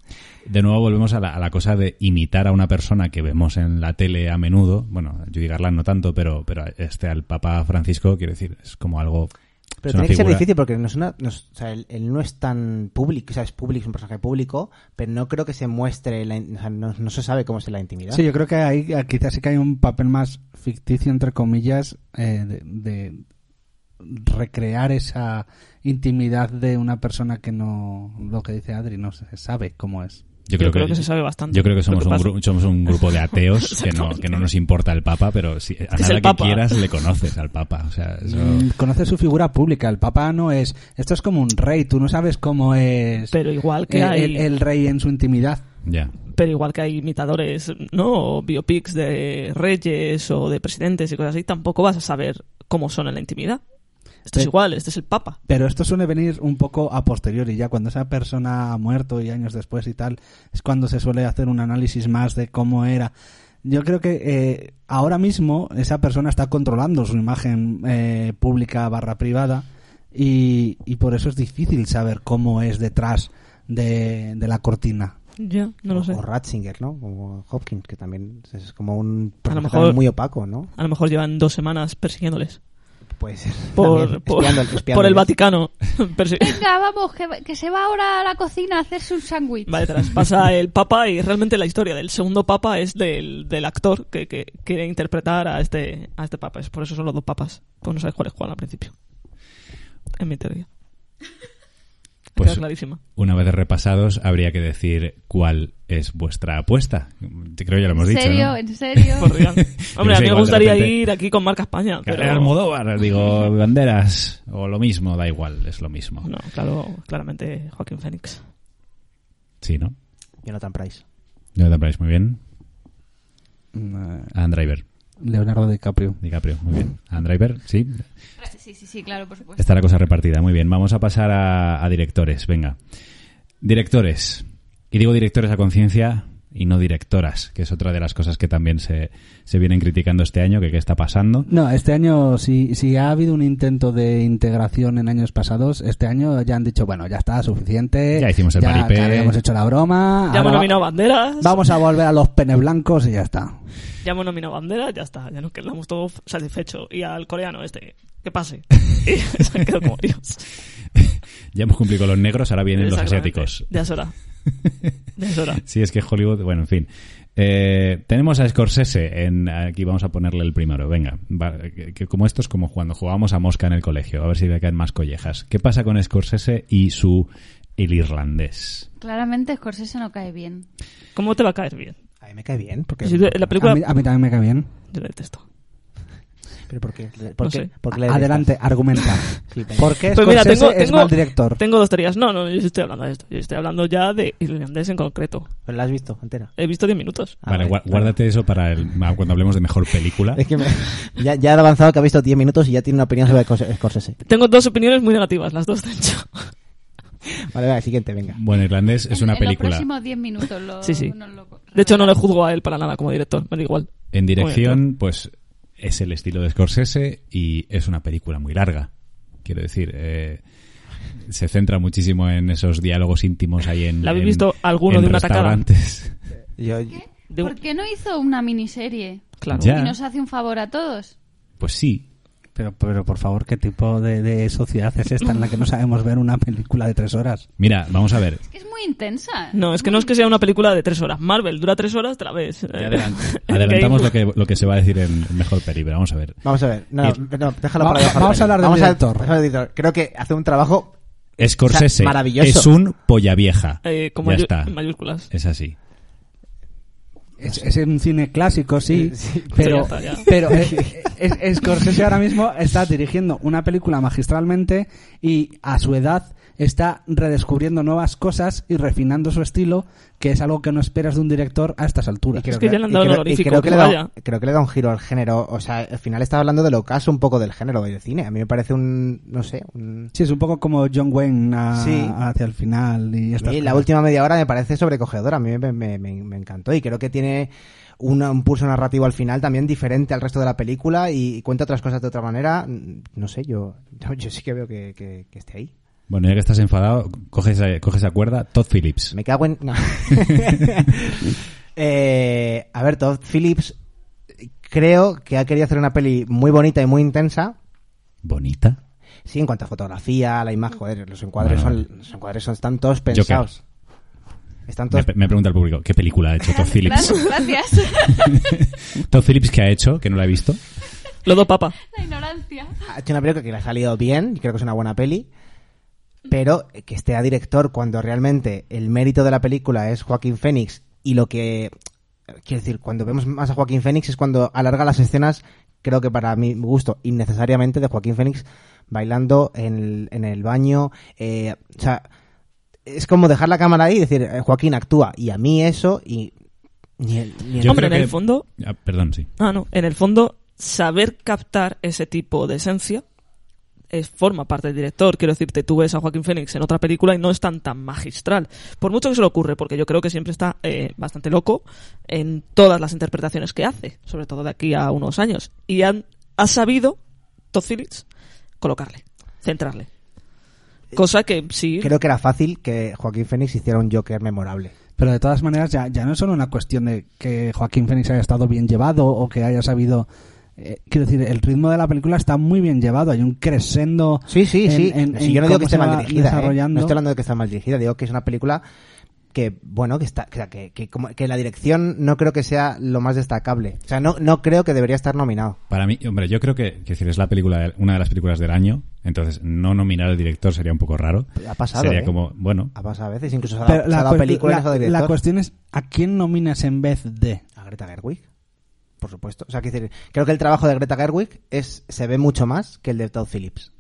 A: De nuevo volvemos a la, a la cosa de imitar a una persona que vemos en la tele a menudo. Bueno, Judy Garland no tanto, pero, pero este al Papa Francisco, quiero decir, es como algo...
E: Pero
A: es una
E: tiene que ser
A: figura-
E: difícil porque no es una- no es- o sea, él, él no es tan público, o sea, es público, es un personaje público, pero no creo que se muestre, la in- o sea, no, no se sabe cómo es en la intimidad.
F: Sí, yo creo que ahí eh, quizás sí que hay un papel más ficticio, entre comillas, eh, de, de recrear esa intimidad de una persona que no, lo que dice Adri, no se sabe cómo es.
A: Yo
D: creo que se sabe bastante.
A: Yo creo que
D: Lo
A: somos,
D: que
A: un,
D: pasa-
A: gru- somos un grupo de ateos que no, que no nos importa el Papa, pero si, a
D: es
A: nada que
D: el Papa.
A: quieras le conoces al Papa. O sea, eso-
F: Mm, Conoce su figura pública, el papá no es... Esto es como un rey, tú no sabes cómo es
D: Pero igual que
F: el,
D: hay...
F: el- el rey en su intimidad.
A: ya.
D: Pero igual que hay imitadores, ¿no? O biopics de reyes o de presidentes y cosas así, tampoco vas a saber cómo son en la intimidad. Esto es
F: Sí.
D: igual, este es el papa.
F: Pero esto suele venir un poco a posteriori, ya cuando esa persona ha muerto y años después y tal, es cuando se suele hacer un análisis más de cómo era. Yo creo que eh, ahora mismo esa persona está controlando su imagen eh, pública barra privada y, y por eso es difícil saber cómo es detrás de, de la cortina.
D: Ya, no lo
E: o,
D: sé.
E: o Ratzinger, ¿no? Como Hopkins, que también es como un
D: A lo
E: personaje
D: mejor-
E: muy opaco, ¿no?
D: A lo mejor llevan dos semanas persiguiéndoles.
E: Puede ser.
D: Por,
E: también,
D: por,
E: espiándole-
D: por el
E: espiándoles.
D: Vaticano. Persi-
B: Venga, vamos, que, va- que se va ahora a la cocina a hacerse un sándwich.
D: Vale, traspasa el papa y realmente la historia del segundo papa es del, del actor que, que quiere interpretar a este, a este papa. Es por eso son los dos papas. Pues no sabes cuál es cuál al principio. En mi teoría.
A: Pues-
D: Queda clarísima.
A: Una vez repasados, habría que decir cuál es vuestra apuesta. Creo que ya lo hemos
B: ¿En
A: dicho.
B: serio?
A: ¿no?
B: ¿En serio?
D: Por Dios.
A: Yo
D: Hombre,
A: no
D: a
A: sé,
D: mí me
A: igual de
D: gustaría
A: repente-
D: ir aquí con marca España. Pero...
A: Carrera Almodóvar, digo, banderas, o lo mismo, da igual, es lo mismo.
D: No, claro, claramente Joaquín Fénix.
A: Sí, ¿no?
E: Jonathan Price.
A: Jonathan Price, muy bien.
F: Mm, eh,
A: Adam Driver,
F: Leonardo DiCaprio.
A: DiCaprio, muy bien. Adam Driver, sí.
B: Sí, sí, sí, claro, por supuesto.
A: Está la cosa repartida, muy bien. Vamos a pasar a, a directores, venga. Directores. Y digo directores a conciencia y no directoras, que es otra de las cosas que también se, se vienen criticando este año, que qué está pasando.
F: No, este año, si, si ha habido un intento de integración en años pasados, este año ya han dicho, bueno, ya está suficiente.
A: Ya hicimos el
F: ya,
A: paripé.
F: ya habíamos hecho la broma.
D: Ya hemos
F: ahora Ah, va-
D: nominado banderas.
F: Vamos a volver a los penes blancos y ya está.
D: Ya hemos nominado banderas. Ya está. Ya nos quedamos todos satisfechos. Y al coreano este, que pase. Y se han quedado como Dios.
A: Ya hemos cumplido con los negros, ahora vienen los
D: Exactamente.
A: asiáticos.
D: Ya es hora. Ya es hora.
A: Sí, es que Hollywood, bueno, en fin. Eh, tenemos a Scorsese, en, aquí vamos a ponerle el primero, venga, va, que, que como esto es como cuando jugábamos a mosca en el colegio, a ver si le caen más collejas. ¿Qué pasa con Scorsese y su el irlandés?
B: Claramente Scorsese no cae bien.
D: ¿Cómo te va a caer bien?
E: A mí me cae bien, porque...
D: Si tú- la película.
F: A mí, a mí también me cae bien.
D: Yo la detesto.
E: ¿Pero por qué? ¿Por
D: No
E: qué?
D: sé.
E: ¿Por qué le
F: Adelante, argumenta.
E: detestas?
F: ¿Por qué
D: Pues mira,
F: Scorsese
D: tengo,
F: es
D: tengo-
F: mal director?
D: Tengo dos teorías. No, no, yo estoy hablando de esto. Yo estoy hablando ya de irlandés en concreto.
E: ¿Pero la has visto entera?
D: He visto 10 minutos.
E: Ah,
A: vale,
E: vale.
A: gua- guárdate eso para el- cuando hablemos de mejor película.
E: Es que me- ya, ya ha avanzado que ha visto 10 minutos y ya tiene una opinión sobre Scors- Scorsese.
D: Tengo dos opiniones muy negativas, las dos, de hecho.
E: Vale, vale, siguiente, venga.
A: Bueno, irlandés es
B: En-
A: una
B: en
A: película.
B: los próximos 10 minutos lo,
D: Sí, sí.
B: nos lo-
D: De hecho, no le juzgo a él para nada como director. Me da igual.
A: En
D: Bueno,
A: dirección, pues es el estilo de Scorsese y es una película muy larga. Quiero decir, eh, se centra muchísimo en esos diálogos íntimos ahí en.
D: ¿La habéis
A: en-
D: visto alguno
A: en
D: de una tacada?
A: restaurantes.
E: Yo,
D: de un-
B: ¿Por qué no hizo una miniserie?
D: Claro.
A: Ya.
B: Y nos hace un favor a todos.
A: Pues sí.
F: Pero, pero por favor, ¿qué tipo de, de sociedad es esta en la que no sabemos ver una película de tres horas?
A: Mira, vamos a ver.
B: Es que es muy intensa.
D: No, es que no es que sea una película de tres horas. Marvel dura tres horas, te la ves.
A: Ya adelant- adelantamos lo que, lo que se va a decir en mejor película. Vamos a ver.
E: vamos a ver. No,
A: Y-
E: no, déjalo
F: Va-
E: para dejarlo.
F: vamos a hablar del
E: Vamos
F: director.
E: vamos al director. Creo que hace un trabajo...
A: Scorsese
E: O sea, maravilloso.
A: es un polla vieja.
D: Eh, como
A: ya
D: yo-
A: está.
D: en mayúsculas.
A: Es así.
F: Es, es un cine clásico, sí,
E: Sí.
F: pero,
D: pues Ya está, ya.
F: pero eh, eh, es- Scorsese ahora mismo está dirigiendo una película magistralmente y a su edad está redescubriendo nuevas cosas y refinando su estilo, que es algo que no esperas de un director a estas alturas.
D: que ya le han dado
E: creo-
D: el honorífico,
E: creo que,
D: que
E: le da,
D: vaya.
E: creo que le da un giro al género. O sea, al final estaba hablando del ocaso un poco del género del cine. A mí me parece un, no sé, un...
F: Sí, es un poco como John Wayne a-
E: Sí.
F: hacia el final y
E: A
F: estas
E: mí la
F: cosas.
E: última media hora me parece sobrecogedora. A mí me, me- me- me encantó y creo que tiene una- un pulso narrativo al final también diferente al resto de la película y, cuenta otras cosas de otra manera. Mm, No sé, yo, yo, yo sí que veo que, que- que esté ahí.
A: Bueno, ya que estás enfadado, coge esa, coge esa cuerda. Todd Phillips.
E: Me cago en. no. Eh, a ver, Todd Phillips creo que ha querido hacer una peli muy bonita y muy intensa.
A: Bonita.
E: Sí, en cuanto a fotografía, la imagen, joder, los encuadres
A: Bueno.
E: son, los encuadres son, están todos pensados. Están
A: Me,
E: todos
A: me pregunta el público, ¿qué película ha hecho Todd Phillips?
B: Gracias, gracias.
A: Todd Phillips, ¿qué ha hecho? Que no la he visto.
D: Los dos papas.
B: La ignorancia.
E: ha hecho una película que le ha salido bien, y creo que es una buena peli, pero que esté a director cuando realmente el mérito de la película es Joaquín Phoenix y lo que quiero decir, cuando vemos más a Joaquín Phoenix es cuando alarga las escenas, creo que para mi gusto, innecesariamente de Joaquín Phoenix bailando en el, en el baño, eh, o sea, es como dejar la cámara ahí y decir, eh, Joaquín actúa y a mí eso y ni el- ni el-
A: Yo
D: Hombre, en
A: creo
D: el
A: que-
D: fondo,
A: Ah, perdón, sí.
D: ah, no, en el fondo, saber captar ese tipo de esencia es, forma parte del director. Quiero decirte, tú ves a Joaquín Phoenix en otra película y no es tan tan magistral. Por mucho que se le ocurre, porque yo creo que siempre está eh, bastante loco en todas las interpretaciones que hace, sobre todo de aquí a unos años. Y han, ha sabido, Todd Phillips, colocarle, centrarle. Cosa que sí,
E: creo que era fácil que Joaquín Phoenix hiciera un Joker memorable.
F: Pero de todas maneras, ya, ya no es solo una cuestión de que Joaquín Phoenix haya estado bien llevado o que haya sabido. eh, quiero decir, el ritmo de la película está muy bien llevado. Hay un crescendo.
E: Sí, sí,
F: en-
E: sí.
F: en-
E: Sí,
F: en
E: yo no digo que
F: cómo
E: esté
F: se va
E: mal dirigida. ¿eh?
F: desarrollando.
E: No estoy hablando de que está mal dirigida. Digo que es una película que, bueno, que está, que, que, que como- que la dirección no creo que sea lo más destacable. O sea, no, no creo que debería estar nominado.
A: Para mí, hombre, yo creo que, quiero decir, es la película, de- una de las películas del año, entonces no nominar al director sería un poco raro.
E: Ha pasado,
A: Sería
E: ¿eh?
A: como, bueno,
E: Ha pasado a veces, incluso se ha
F: Pero
E: dado, se ha dado
F: cuest-
E: película y no se ha dado
F: la-
E: director.
F: la cuestión es: ¿a quién nominas en vez de.?
E: A Greta Gerwig, por supuesto. O sea, quiero decir, creo que el trabajo de Greta Gerwig es, se ve mucho más que el de Todd Phillips.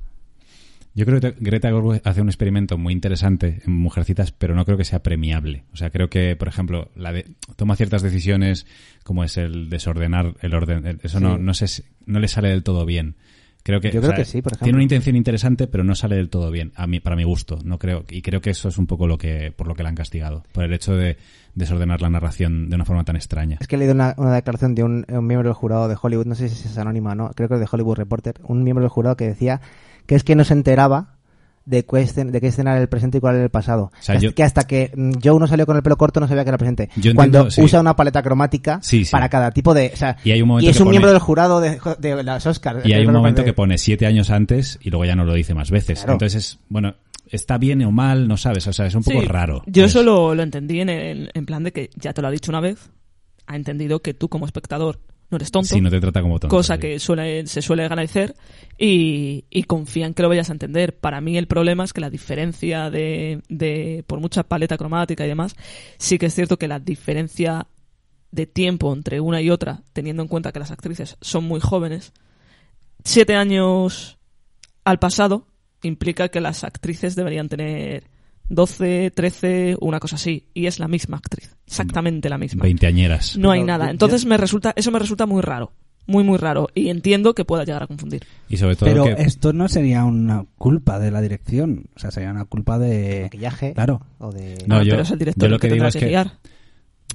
A: yo creo que Greta Gerwig hace un experimento muy interesante en Mujercitas, pero no creo que sea premiable. O sea, creo que, por ejemplo, la de, toma ciertas decisiones, como es el desordenar el orden, el- eso no, no sé si- no le sale del todo bien. Creo que,
E: Yo
A: o
E: creo
A: sea,
E: que sí, por ejemplo.
A: Tiene una intención interesante, pero no sale del todo bien, a mí, para mi gusto. No creo, y creo que eso es un poco lo que, por lo que la han castigado. Por el hecho de desordenar la narración de una forma tan extraña.
E: Es que he leído una, una declaración de un, un miembro del jurado de Hollywood, no sé si es anónima o no, creo que es de Hollywood Reporter, un miembro del jurado que decía que es que no se enteraba de, qué escen- de qué escena era el presente y cuál era el pasado.
A: sea,
E: que, hasta-
A: yo-
E: que hasta que mm, Joe no salió con el pelo corto no sabía que era presente.
A: Yo entiendo,
E: Cuando
A: sí.
E: usa una paleta cromática
A: Sí, sí.
E: para cada tipo de... o sea,
A: Y hay un momento
E: es
A: que
E: un
A: pone-
E: miembro del jurado de, de las Oscars.
A: Y hay
E: Creo
A: un momento
E: parece-
A: que pone siete años antes y luego ya no lo dice más veces.
E: Claro.
A: Entonces, bueno, está bien o mal, no sabes. O sea, es un poco
D: Sí,
A: raro. pues.
D: Yo
A: Es-
D: eso lo, lo entendí en, el- en plan de que ya te lo ha dicho una vez, ha entendido que tú como espectador no eres tonto,
A: Sí, no te trata como tonto.
D: cosa
A: sí.
D: que suele, se suele agradecer y, y confía en que lo vayas a entender. Para mí el problema es que la diferencia de, de- por mucha paleta cromática y demás, sí que es cierto que la diferencia de tiempo entre una y otra, teniendo en cuenta que las actrices son muy jóvenes, siete años al pasado implica que las actrices deberían tener 12, 13, una cosa así. Y es la misma actriz, exactamente la misma.
A: Veinteañeras.
D: No hay
E: Pero
D: nada.
E: yo-
D: Entonces me resulta, eso me resulta muy raro. Muy, muy raro. Y entiendo que pueda llegar a confundir.
A: Y sobre todo
F: Pero
A: que...
F: esto no sería una culpa de la dirección. O sea, sería una culpa
E: de
F: de.
E: maquillaje
F: Claro.
E: o de...
A: No,
D: Ah,
A: yo-
D: pero es el director
A: yo lo
D: el
A: que digo
D: tendrá
A: es que-
D: guiar.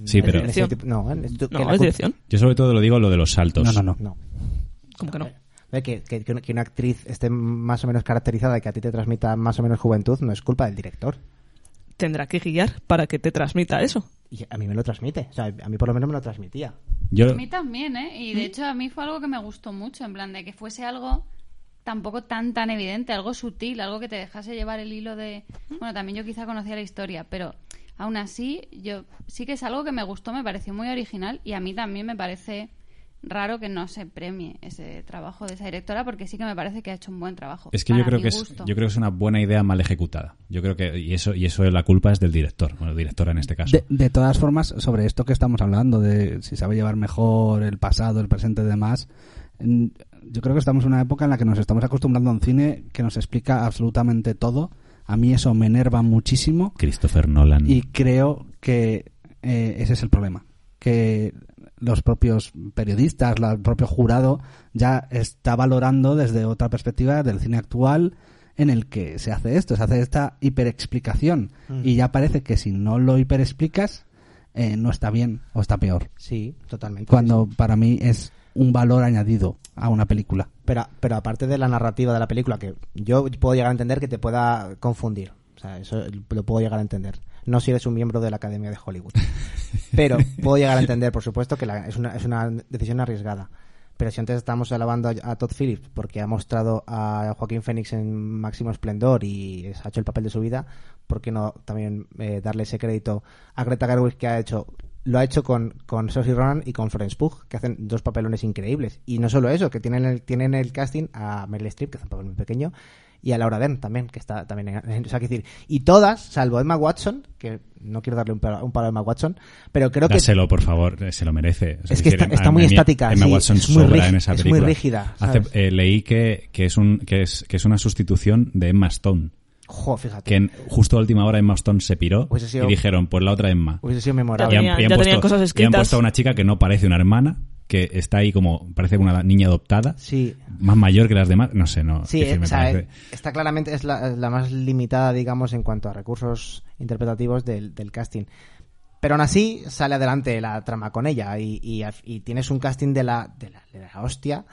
A: Sí, pero
E: en ese tipo- no, en- tú- que
D: No,
E: la
D: es
E: culpa-
D: dirección.
A: yo sobre todo lo digo lo de los saltos.
F: No, no, no.
E: No.
D: Como que no.
E: Ve Eh, Que, que- que una- que una actriz esté más o menos caracterizada y que a ti te transmita más o menos juventud no es culpa del director.
D: Tendrá que guiar para que te transmita eso.
E: Y a mí me lo transmite. O sea, a mí por lo menos me lo transmitía.
A: Yo, ¿Mm?
B: A mí también, ¿eh? Y de hecho a mí fue algo que me gustó mucho, en plan de que fuese algo tampoco tan tan evidente, algo sutil, algo que te dejase llevar el hilo de...
A: ¿Mm?
B: Bueno, también yo quizá conocía la historia, pero aún así yo sí que es algo que me gustó, me pareció muy original y a mí también me parece raro que no se premie ese trabajo de esa directora porque sí que me parece que ha hecho un buen trabajo.
A: es que yo
B: para
A: creo
B: mi
A: que, es,
B: gusto.
A: yo creo que es una buena idea mal ejecutada. Yo creo que... Y eso, y eso la culpa es del director. Bueno, directora en este caso.
F: De, de todas formas, sobre esto que estamos hablando, de si sabe llevar mejor el pasado, el presente y demás, mm, yo creo que estamos en una época en la que nos estamos acostumbrando a un cine que nos explica absolutamente todo A mí eso me enerva muchísimo
A: Christopher Nolan.
F: y creo que eh, ese es el problema. Que los propios periodistas, la- el propio jurado ya está valorando desde otra perspectiva del cine actual en el que se hace esto, se hace esta hiperexplicación
E: Mm.
F: y ya parece que si no lo hiperexplicas eh, no está bien o está peor.
E: Sí, totalmente.
F: Cuando para mí es un valor añadido a una película.
E: Pero, pero aparte de la narrativa de la película, que yo puedo llegar a entender que te pueda confundir. O sea, eso lo puedo llegar a entender. No si eres un miembro de la Academia de Hollywood. Pero puedo llegar a entender, por supuesto, que la- es, una, es una decisión arriesgada. Pero si antes estábamos alabando a, a Todd Phillips porque ha mostrado a Joaquín Phoenix en máximo esplendor y es- ha hecho el papel de su vida, ¿por qué no también eh, darle ese crédito a Greta Gerwig que ha hecho lo ha hecho con, con Saoirse Ronan y con Florence Pugh, que hacen dos papelones increíbles. Y no solo eso, que tienen el, tienen el casting a Meryl Streep, que hace un papel muy pequeño, y a Laura Dern también, que está también en, en- o sea, quiero decir, y todas, salvo Emma Watson, que no quiero darle un palo, un palo a Emma Watson, pero creo que
A: Dáselo, por favor, eh, se lo merece. O sea,
E: Es que
A: quiero
E: está-
A: decir,
E: está
A: Emma-
E: muy
A: Emma-
E: estática,
A: Emma
E: sí,
A: Watson
E: es muy
A: sobra
E: ríg-
A: en esa
E: es muy
A: película.
E: rígida,
A: Hace-
E: ¿sabes?
A: eh, leí que, que, es un, que, es, que es una sustitución de Emma Stone.
E: Jo, fíjate.
A: Que en- justo a última hora Emma Stone se piró
E: Hubiese sido-
A: y dijeron, pues la otra Emma.
E: Hubiese sido
A: Y han-
E: memorable.
A: y han,
D: Tenía- ya tenían cosas
A: y han
D: escritas.
A: puesto a una chica que no parece una hermana, que está ahí como, parece una niña adoptada,
E: Sí.
A: más mayor que las demás. No sé, no.
E: Sí,
A: quiero decir,
E: eh,
A: me
E: o sea,
A: parece-
E: eh, está claramente es la, la más limitada, digamos, en cuanto a recursos interpretativos del, del casting. Pero aún así sale adelante la trama con ella y, y al- y tienes un casting de la, de la, de la hostia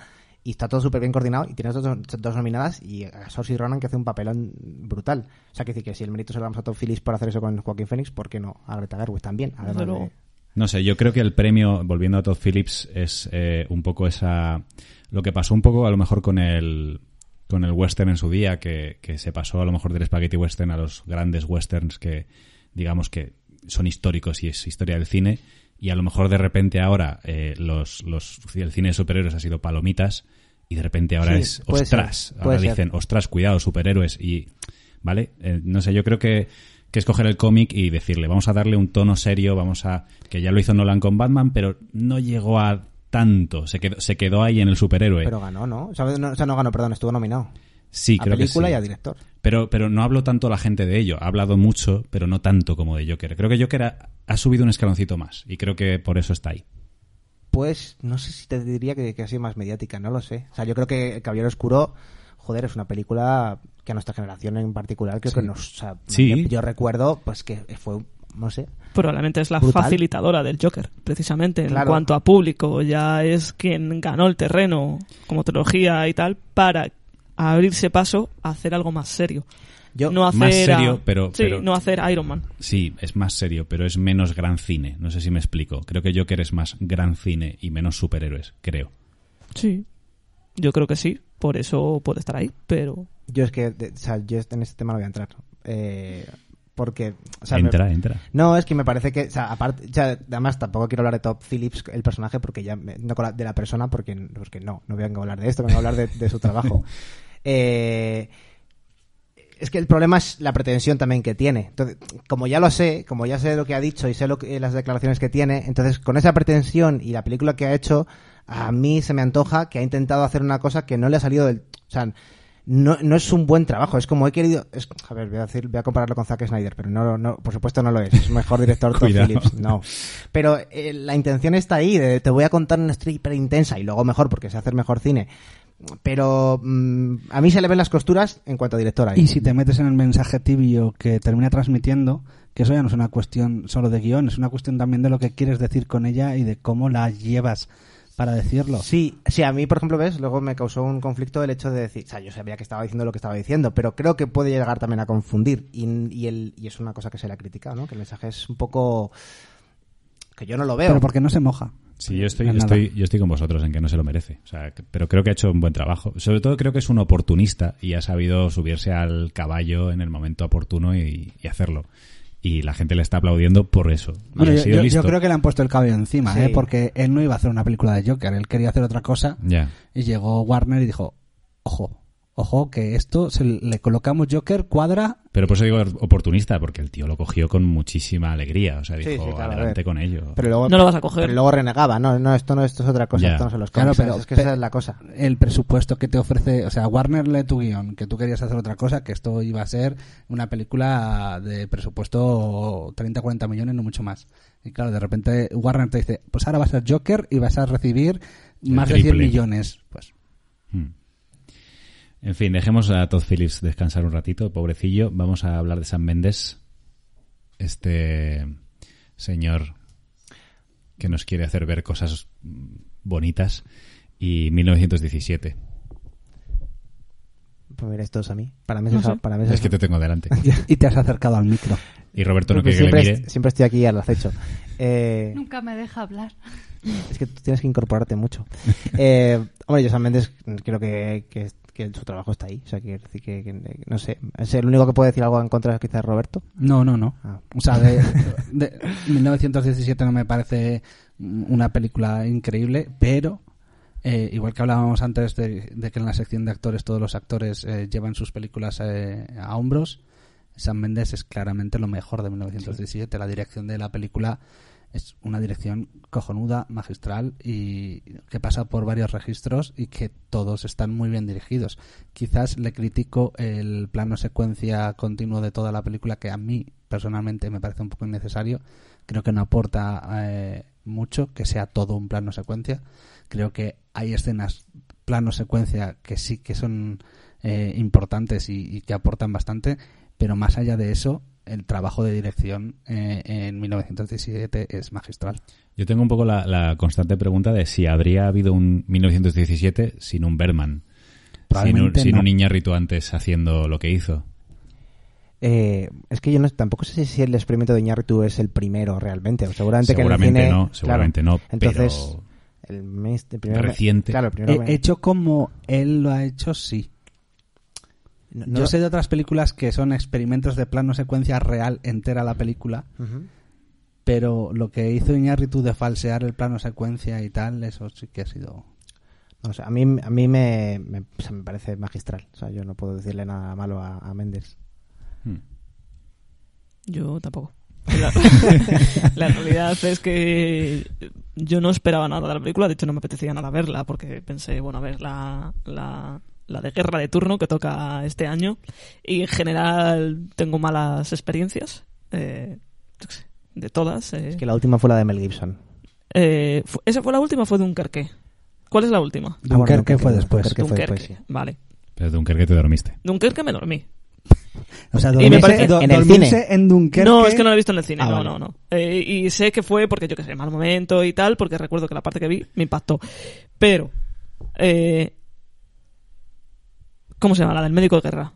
E: y está todo súper bien coordinado y tienes dos, dos nominadas y a Saoirse Ronan que hace un papelón brutal. O sea, que decir que si el mérito se lo damos a Tom Phillips por hacer eso con Joaquín Phoenix, ¿por qué no? A Greta Gerwig también. Además de-
D: luego.
A: No sé, yo creo que el premio, volviendo a Todd Phillips, es eh, un poco esa. Lo que pasó un poco a lo mejor con el, con el western en su día, que, que se pasó a lo mejor del spaghetti western a los grandes westerns que, digamos, que son históricos y es historia del cine. Y a lo mejor de repente ahora eh, los, los, el cine de superhéroes ha sido palomitas y de repente ahora
E: Sí,
A: es
E: puede ser,
A: ostras. ahora
E: puede ser.
A: dicen ostras, cuidado, superhéroes y, ¿vale? Eh, no sé, yo creo que, que es coger el cómic y decirle, vamos a darle un tono serio, vamos a, que ya lo hizo Nolan con Batman, pero no llegó a tanto, se quedó, se quedó ahí en el superhéroe.
E: Pero ganó, ¿no? O sea, no, o sea, no ganó, perdón, estuvo nominado.
A: sí,
E: a
A: creo
E: película
A: que sí.
E: y a director.
A: Pero, pero no hablo tanto la gente de ello, ha hablado mucho, pero no tanto como de Joker. Creo que Joker ha, ha subido un escaloncito más y creo que por eso está ahí.
E: Pues no sé si te diría que, que ha sido más mediática, no lo sé. O sea, yo creo que El Caballero Oscuro, joder, es una película que a nuestra generación en particular creo que nos... o sea,
A: Sí.
E: yo, yo recuerdo pues que fue, no sé,
D: Probablemente es la
E: Brutal.
D: facilitadora del Joker, precisamente, en
E: Claro.
D: cuanto a público. Ya es quien ganó el terreno como trilogía y tal para abrirse paso a hacer algo más serio.
E: yo...
D: no hacer
A: Más
D: a-
A: serio, pero-
D: sí,
A: pero-
D: no hacer Iron Man.
A: Sí, es más serio, pero es menos gran cine. No sé si me explico. Creo que Joker es más gran cine y menos superhéroes, creo.
D: Sí. Yo creo que sí, por eso puede estar ahí, pero
E: Yo es que, de- o sea, yo en este tema no voy a entrar. Eh, porque... O sea, me-
A: entra, entra.
E: No, es que me parece que, o sea, aparte, o sea, además tampoco quiero hablar de Top Phillips, el personaje, porque ya, me- no con la- de la persona, porque, porque no, no vengo a hablar de esto, vengo a hablar de, de su trabajo. Eh, es que el problema es la pretensión también que tiene. Entonces, como ya lo sé, como ya sé lo que ha dicho y sé lo que- las declaraciones que tiene, entonces con esa pretensión y la película que ha hecho, a mí se me antoja que ha intentado hacer una cosa que no le ha salido del... O sea, no, no es un buen trabajo, es como he querido... es- a ver, voy a, decir, voy a compararlo con Zack Snyder, pero no, no, por supuesto no lo es. Es mejor director Todd
A: Cuidado.
E: Phillips, no. Pero eh, la intención está ahí, de te voy a contar una historia hiper intensa y luego mejor, porque sé hacer mejor cine. Pero mm, a mí se le ven las costuras en cuanto a directora.
F: Y si te metes en el mensaje tibio que termina transmitiendo, que eso ya no es una cuestión solo de guión, es una cuestión también de lo que quieres decir con ella y de cómo la llevas para decirlo.
E: Sí, sí, a mí, por ejemplo, ves, luego me causó un conflicto el hecho de decir, o sea, yo sabía que estaba diciendo lo que estaba diciendo, pero creo que puede llegar también a confundir. Y, y el, y es una cosa que se le ha criticado, ¿no? Que el mensaje es un poco. que yo no lo veo.
F: Pero porque no se moja.
A: Sí, yo estoy,
F: En nada.
A: estoy, yo estoy con vosotros en que no se lo merece. O sea, que- pero creo que ha hecho un buen trabajo. Sobre todo creo que es un oportunista y ha sabido subirse al caballo en el momento oportuno y, y hacerlo. Y la gente le está aplaudiendo por eso. Y
F: Bueno,
A: ha
F: yo,
A: sido
F: yo- yo
A: listo.
F: creo que le han puesto el cabello encima,
E: Sí.
F: ¿eh? porque él no iba a hacer una película de Joker, él quería hacer otra cosa
A: Ya.
F: y llegó Warner y dijo, ojo, ojo, que esto se le colocamos Joker, cuadra.
A: Pero por eso digo oportunista, porque el tío lo cogió con muchísima alegría. O sea, dijo,
E: Sí, sí, claro, a
A: adelante
E: ver.
A: con ello.
E: Pero luego,
D: No lo vas a coger.
E: pero luego renegaba, no, no, esto no esto es otra cosa,
A: Ya.
E: esto no son los
F: Claro,
E: cómics,
F: pero
E: es que
F: pe-
E: esa es la cosa.
F: El presupuesto que te ofrece, o sea, Warner lee tu guión, que tú querías hacer otra cosa, que esto iba a ser una película de presupuesto 30, 40 millones, no mucho más. Y claro, de repente Warner te dice, pues ahora vas a ser Joker y vas a recibir
A: El
F: más de 100
A: triple.
F: millones. Pues
A: Hmm. En fin, dejemos a Todd Phillips descansar un ratito, pobrecillo. Vamos a hablar de San Méndez, este señor que nos quiere hacer ver cosas mm, bonitas. Y 1917.
E: Pues mira, esto es a mí. Para mí es, esa- para mí es
A: Es
E: esa-
A: que te tengo delante.
F: y te has acercado al micro.
A: Y Roberto no
E: Porque
A: quiere que le
E: siempre,
A: mire.
E: est- siempre estoy aquí al acecho. Eh,
B: Nunca me deja hablar.
E: es que tú tienes que incorporarte mucho. Eh, hombre, yo Sam Mendes creo que, que, que su trabajo está ahí. O sea, quiero decir que, que- no sé. Es el único que puede decir algo en contra es quizás Roberto.
F: No, no, no.
E: Ah.
F: O sea, de, de 1917 no me parece una película increíble, pero eh, igual que hablábamos antes de, de que en la sección de actores todos los actores eh, llevan sus películas eh, a hombros, Sam Mendes es claramente lo mejor de 1917. La dirección de la película es una dirección cojonuda, magistral y que pasa por varios registros y que todos están muy bien dirigidos. Quizás le critico el plano secuencia continuo de toda la película que a mí personalmente me parece un poco innecesario. Creo que no aporta eh, mucho que sea todo un plano secuencia. Creo que hay escenas plano secuencia que sí que son eh, importantes y, y que aportan bastante, pero más allá de eso, el trabajo de dirección eh, en 1917 es magistral.
A: Yo tengo un poco la, la constante pregunta de si habría habido un 1917 sin un Berman. Sin un,
F: Probablemente
A: sin
F: no.
A: un Iñárritu antes haciendo lo que hizo.
E: Eh, es que yo no, tampoco sé si el experimento de Iñárritu es el primero realmente.
A: Seguramente
E: Seguramente, que en el cine,
A: no,
E: claro.
A: seguramente no, pero-
E: Entonces, el, mes- el primero me-
A: Reciente.
E: Claro, el primero
F: He
E: me-
F: hecho como él lo ha hecho, sí.
E: no-
F: Yo
E: no-
F: sé de otras películas que son experimentos de plano secuencia real entera la película,
E: Ujú.
F: pero lo que hizo Iñárritu de falsear el plano secuencia y tal, eso sí que ha sido...
E: No, o sea, a mí, a mí me, me- o sea, me parece magistral. O sea, yo no puedo decirle nada malo a, a Méndez.
A: Hmm.
D: Yo tampoco. La, la realidad es que yo no esperaba nada de la película, de hecho no me apetecía nada verla, porque pensé, bueno, a ver, la, la, la de guerra de turno que toca este año, y en general tengo malas experiencias, eh, yo qué sé, de todas. eh.
E: Es que la última fue la de Mel Gibson.
D: Eh, fu- ¿Esa fue la última o fue Dunkerque? ¿Cuál es la última?
E: Ah, bueno,
F: Dunkerque fue después.
E: Dunkerque fue
D: Dunkerque,
E: después, sí.
D: vale.
A: Pero Dunkerque te dormiste.
D: Dunkerque me dormí.
F: O sea,
D: Y me
F: dormirse-
D: parece-
F: do-
E: en el
F: dormirse
E: cine.
F: en Dunkerque...
D: No, es que no la he visto en el cine,
E: Ah,
D: no,
E: vale.
D: no, no. Eh, y sé que fue porque, yo qué sé, mal momento y tal, porque recuerdo que la parte que vi me impactó. Pero, eh, ¿cómo se llama? La del médico de guerra.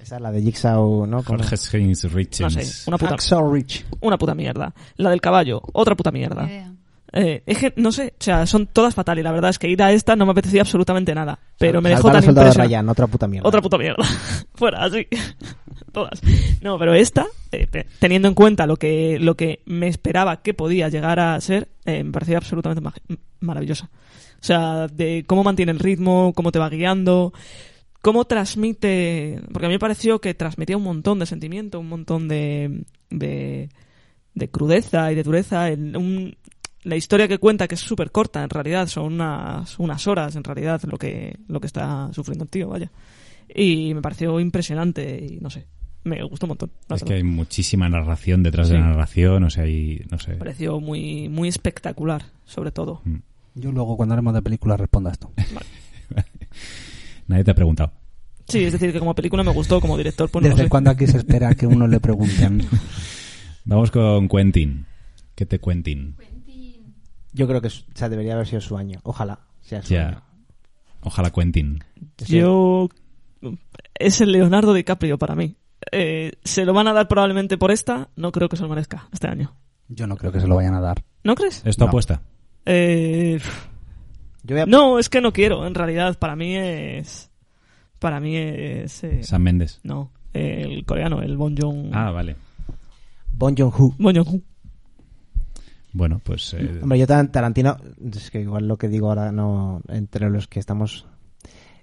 E: Esa es la de Jigsaw, ¿no? Como-
A: Jorge Heinz Richens.
D: No sé, una puta,
F: Axel Rich.
D: una puta mierda. La del caballo, otra puta
A: Ah.
D: mierda.
B: Ni idea.
D: Eh, es que, no sé, o sea, son todas fatales. La verdad es que ir a esta no me apetecía absolutamente nada. Pero me
E: Salvar
D: dejó
E: al
D: tan
E: soldado
D: impresionado.
E: Ryan, otra puta mierda.
D: Otra puta mierda. Fuera, así. Todas. No, pero esta, eh, te- teniendo en cuenta lo que, lo que me esperaba que podía llegar a ser, eh, me parecía absolutamente mag- maravillosa. O sea, de cómo mantiene el ritmo, cómo te va guiando, cómo transmite. Porque a mí me pareció que transmitía un montón de sentimiento, un montón de. de, de crudeza y de dureza. el- un- la historia que cuenta, que es súper corta en realidad, son unas, unas horas en realidad lo que, lo que está sufriendo el tío, vaya. Y me pareció impresionante y no sé, me gustó un montón. la
A: Es que
D: verdad.
A: hay muchísima narración detrás de
D: Sí.
A: la narración, o sea, hay, no sé.
D: Me pareció muy, muy espectacular, sobre todo.
A: Mm.
F: Yo luego, cuando hablemos de películas, respondo a esto.
A: Nadie te ha preguntado.
D: Sí, es decir, que como película me gustó, como director, pues no lo
F: ¿Desde
D: sé.
F: cuándo aquí se espera que uno le pregunten?
A: Vamos con Quentin. ¿Qué te Quentin?
E: Yo creo que es- o sea, debería haber sido su año. Ojalá sea su año.
A: Ya. Ojalá Quentin.
D: Yo. Es el Leonardo DiCaprio para mí. Eh, se lo van a dar probablemente por esta, no creo que se lo merezca este año.
F: Yo no creo que se lo vayan a dar.
D: ¿No crees?
A: ¿Es tu
F: No.
A: apuesta?
D: Eh, pff,
E: Yo voy a-
D: no, es que no quiero, en realidad. Para mí es. Para mí es. eh,
A: Sam Méndez.
D: no, el coreano, el Bon Jong.
A: Ah, vale.
E: Bong Joon-ho.
D: Bon Jong.
A: Bueno, pues eh,
D: Mm,
E: Hombre, yo Tar- Tarantino, es que igual lo que digo ahora no entre los que estamos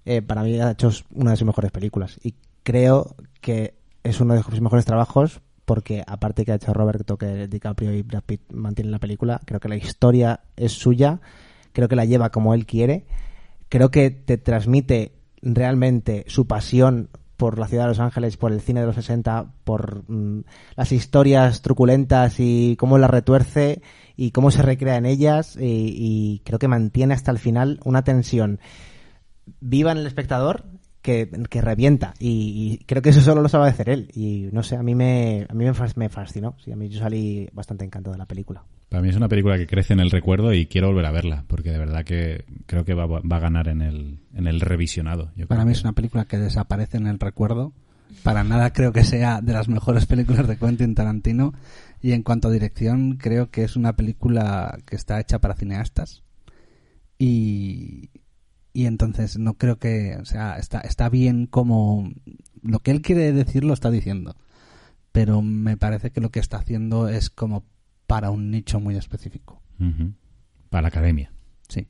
E: eh, para mí ha hecho una de sus mejores películas. Y creo que es uno de sus mejores trabajos porque aparte que ha hecho Roberto que DiCaprio y Brad Pitt mantienen la película, creo que la historia es suya, creo que la lleva como él quiere, creo que te transmite realmente su pasión por la ciudad de Los Ángeles, por el cine de los 60, por mm, las historias truculentas y cómo las retuerce y cómo se recrea en ellas y, y creo que mantiene hasta el final una tensión viva en el espectador que, que revienta y, y creo que eso solo lo sabe hacer él y no sé, a mí me, a mí me fas- me fascinó, sí, a mí yo salí bastante encantado de la película.
A: Para mí es una película que crece en el recuerdo y quiero volver a verla, porque de verdad que creo que va, va a ganar en el, en el revisionado. Yo
F: Para
A: creo
F: mí
A: que-
F: es una película que desaparece en el recuerdo. Para nada creo que sea de las mejores películas de Quentin Tarantino. Y en cuanto a dirección, creo que es una película que está hecha para cineastas. Y, y entonces no creo que... O sea, está, está bien como... Lo que él quiere decir lo está diciendo. Pero me parece que lo que está haciendo es como para un nicho muy específico.
A: Ujú. Para la academia.
F: Sí.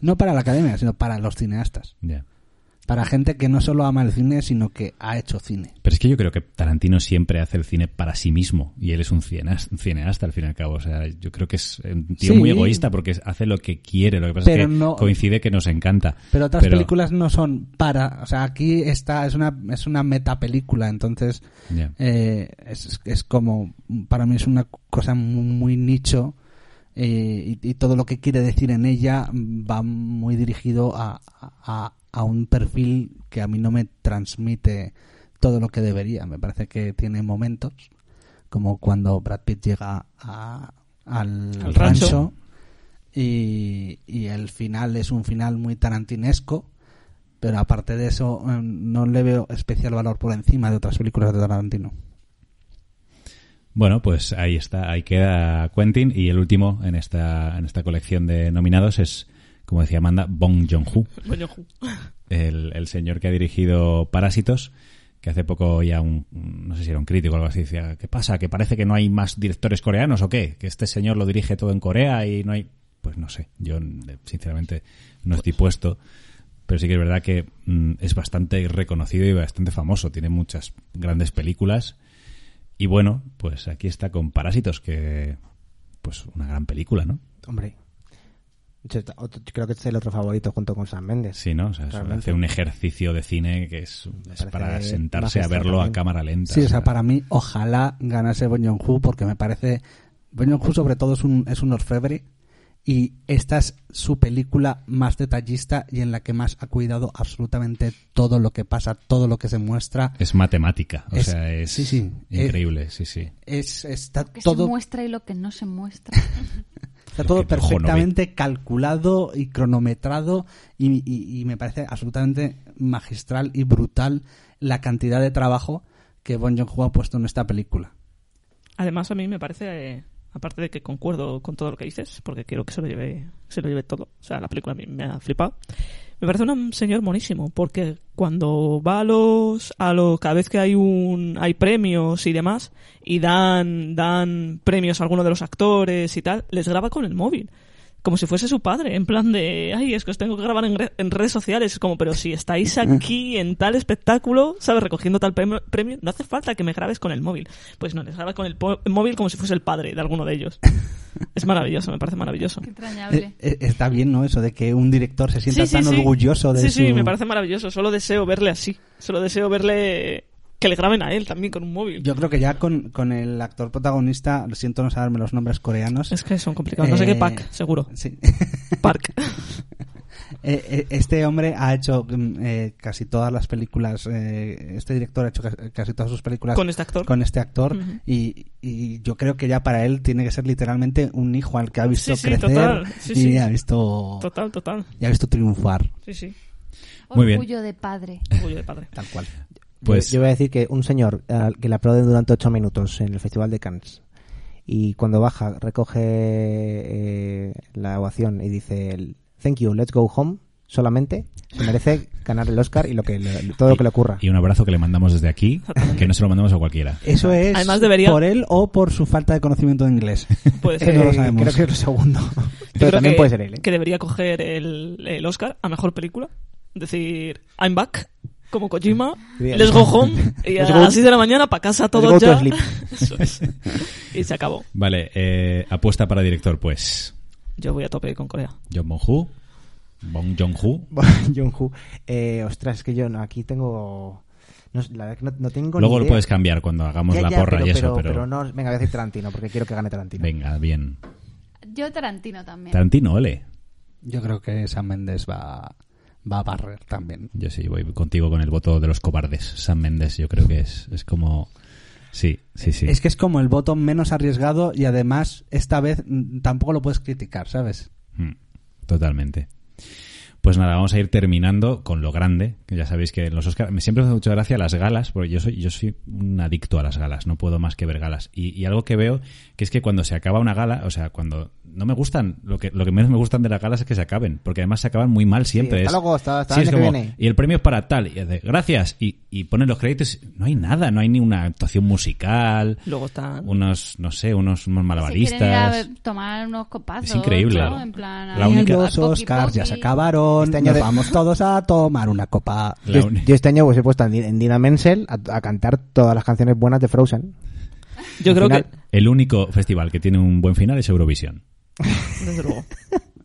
F: No para la academia, sino para los cineastas
A: Ya.
F: para gente que no solo ama el cine, sino que ha hecho cine.
A: Pero es que yo creo que Tarantino siempre hace el cine para sí mismo y él es un cienas- un cineasta al fin y al cabo. O sea, yo creo que es un tío
F: Sí.
A: muy egoísta porque hace lo que quiere. Lo que pasa
F: Pero
A: es que
F: no-
A: coincide que nos encanta.
F: Pero otras películas no son para, o sea, aquí está es una es una metapelícula, entonces
A: Ya.
F: eh, es, es como para mí es una cosa muy, muy nicho eh, y, y todo lo que quiere decir en ella va muy dirigido a, a, a un perfil que a mí no me transmite todo lo que debería. Me parece que tiene momentos como cuando Brad Pitt llega a- al,
D: Al
F: rancho,
D: rancho.
F: y, y el final es un final muy tarantinesco, pero aparte de eso eh, no le veo especial valor por encima de otras películas de Tarantino.
A: Bueno, pues ahí está, ahí queda Quentin y el último en esta, en esta colección de nominados es, como decía Amanda, Bong Joon-ho,
D: Coño, ju.
A: el, el señor que ha dirigido Parásitos, que hace poco ya un, un- no sé si era un crítico o algo así, decía, ¿qué pasa? ¿Que parece que no hay más directores coreanos o qué? ¿Que este señor lo dirige todo en Corea y no hay...? Pues no sé, yo eh, sinceramente no estoy puesto, pero sí que es verdad que mm, es bastante reconocido y bastante famoso, tiene muchas grandes películas y bueno, pues aquí está con Parásitos, que pues una gran película, ¿no?
E: Hombre, yo, otro- yo creo que es el otro favorito junto con Sam Mendes.
A: Sí, ¿no? O sea, es-
E: Realmente.
A: hace un ejercicio de cine que es, es
E: parece
A: para sentarse a
E: magistral
A: verlo a
E: también.
A: cámara lenta.
F: Sí, o sea, para mí ojalá ganase Bong Joon-ho porque me parece Bong Joon-ho sobre todo es un es un orfebre y esta es su película más detallista y en la que más ha cuidado absolutamente todo lo que pasa, todo lo que se muestra.
A: Es matemática, o
F: Es-
A: sea, es
F: sí, sí. e,
A: increíble, sí, sí.
F: Es está
B: Que
F: todo
B: se muestra y lo que no se muestra.
F: Está
A: Lo
F: todo
A: que el ojo no
F: perfectamente calculado y cronometrado y, y- y me parece absolutamente magistral y brutal la cantidad de trabajo que Bon Joon-ho ha puesto en esta película.
D: Además, a mí me parece, eh, aparte de que concuerdo con todo lo que dices, porque quiero que se lo lleve, se lo lleve todo, o sea, la película a mí me ha flipado, me parece un señor monísimo, porque cuando va a los, a los, cada vez que hay un, hay premios y demás, y dan, dan premios a alguno de los actores y tal, les graba con el móvil. Como si fuese su padre, en plan de, ay, es que os tengo que grabar en, re- en redes sociales. Es como, pero si estáis aquí en tal espectáculo, ¿sabes? Recogiendo tal premio, premio, no hace falta que me grabes con el móvil. Pues no, les graba con el po- móvil como si fuese el padre de alguno de ellos. Es maravilloso, me parece maravilloso.
B: Qué entrañable.
F: Eh, eh, está bien, ¿no? Eso de que un director se sienta
D: Sí, sí,
F: tan
D: sí.
F: orgulloso de
D: Sí, sí,
F: su-
D: me parece maravilloso. Solo deseo verle así. Solo deseo verle que le graben a él también con un móvil.
F: Yo creo que ya con, con el actor protagonista, lo siento no saberme los nombres coreanos.
D: Es que son complicados. No sé qué
F: Eh,
D: pack, seguro.
F: Sí.
D: Park.
F: Eh, eh, este hombre ha hecho mm, eh, casi todas las películas, eh, este director ha hecho ca- casi todas sus películas
D: Con este actor.
F: con este actor,
D: Ujú.
F: y, y yo creo que ya para él tiene que ser literalmente un hijo al que ha visto
D: Sí, sí,
F: crecer
D: total. Sí,
F: y
D: sí.
F: ha visto
D: Total, total.
F: y ha visto triunfar,
D: Sí, sí.
A: Muy bien.
B: Orgullo de padre.
D: Orgullo de padre.
F: tal cual.
A: Pues
E: Yo, yo voy a decir que un señor al que le aplauden durante ocho minutos en el Festival de Cannes y cuando baja recoge eh, la ovación y dice el, thank you, let's go home solamente se merece ganar el Oscar y lo que le- todo lo que le ocurra.
A: y un abrazo que le mandamos desde aquí, que no se lo mandamos a cualquiera.
F: Eso es
D: Además, debería-
F: por él o por su falta de conocimiento de inglés.
D: Puede ser.
F: no lo
E: Eh,
F: sabemos.
E: Creo que es lo segundo.
D: Yo
E: Pero
D: creo
E: también
D: que-
E: puede ser él. ¿eh?
D: Que debería coger el, el Oscar a mejor película decir, I'm back, como Kojima,
E: Bien.
D: let's go home, y a
E: Let's go.
D: las 6 de la mañana para casa
E: go
D: todos
E: to
D: ya.
E: sleep.
D: Eso es. Y se acabó.
A: Vale, eh, apuesta para director, pues.
D: Yo voy a tope con Corea.
A: John Bonhu. Bong Joon-ho.
E: Jung-Hoo. Eh, ostras, es que yo no, aquí tengo... no sé, la verdad que no, no tengo
A: Luego
E: ni
A: lo
E: idea.
A: puedes cambiar cuando hagamos
E: Ya,
A: la
E: ya,
A: porra
E: pero,
A: y eso,
E: pero,
A: pero.
E: pero no, venga, voy a decir Tarantino, porque quiero que gane Tarantino.
A: Venga, bien.
B: Yo Tarantino también.
A: Tarantino, ole.
F: Yo creo que Sam Mendes va, va a barrer también.
A: Yo sí, voy contigo con el voto de los cobardes. Sam Méndez, yo creo que es, es como. Sí, sí, sí.
F: Es que es como el voto menos arriesgado y además esta vez mm, tampoco lo puedes criticar, ¿sabes?
A: Mm, Totalmente. Pues nada, vamos a ir terminando con lo grande, que ya sabéis que en los Oscars me siempre me hace mucha gracia las galas, porque yo soy, yo soy un adicto a las galas, no puedo más que ver galas. Y, y algo que veo que es que cuando se acaba una gala, o sea, cuando no me gustan, lo que, lo que menos me gustan de las galas es que se acaben, porque además se acaban muy mal siempre.
E: hasta
A: es-
E: luego, hasta- hasta el
A: es
E: año que
A: como,
E: viene.
A: Y el premio es para tal, y hace, gracias, y, y ponen los créditos, no hay nada, no hay ni una actuación musical,
D: Luego están...
A: unos, no sé, unos, unos
B: Si quieren ir a
A: malabaristas.
B: ver- tomar unos copazos.
A: Es increíble.
B: ¿no?
A: Claro.
B: En plan,
A: La
B: ahí,
A: única-
F: Y
B: a
F: los
B: poqui,
F: Oscars ya se
B: poqui.
F: acabaron,
E: Este año
F: nos
E: de-
F: vamos todos a tomar una copa.
A: La
E: Yo,
A: uni-
E: yo este año pues he puesto a Di- en Dina Menzel a, a cantar todas las canciones buenas de Frozen.
D: Yo
E: Al
D: creo
E: final-
D: que...
A: El único festival que tiene un buen final es Eurovisión.
D: Desde luego.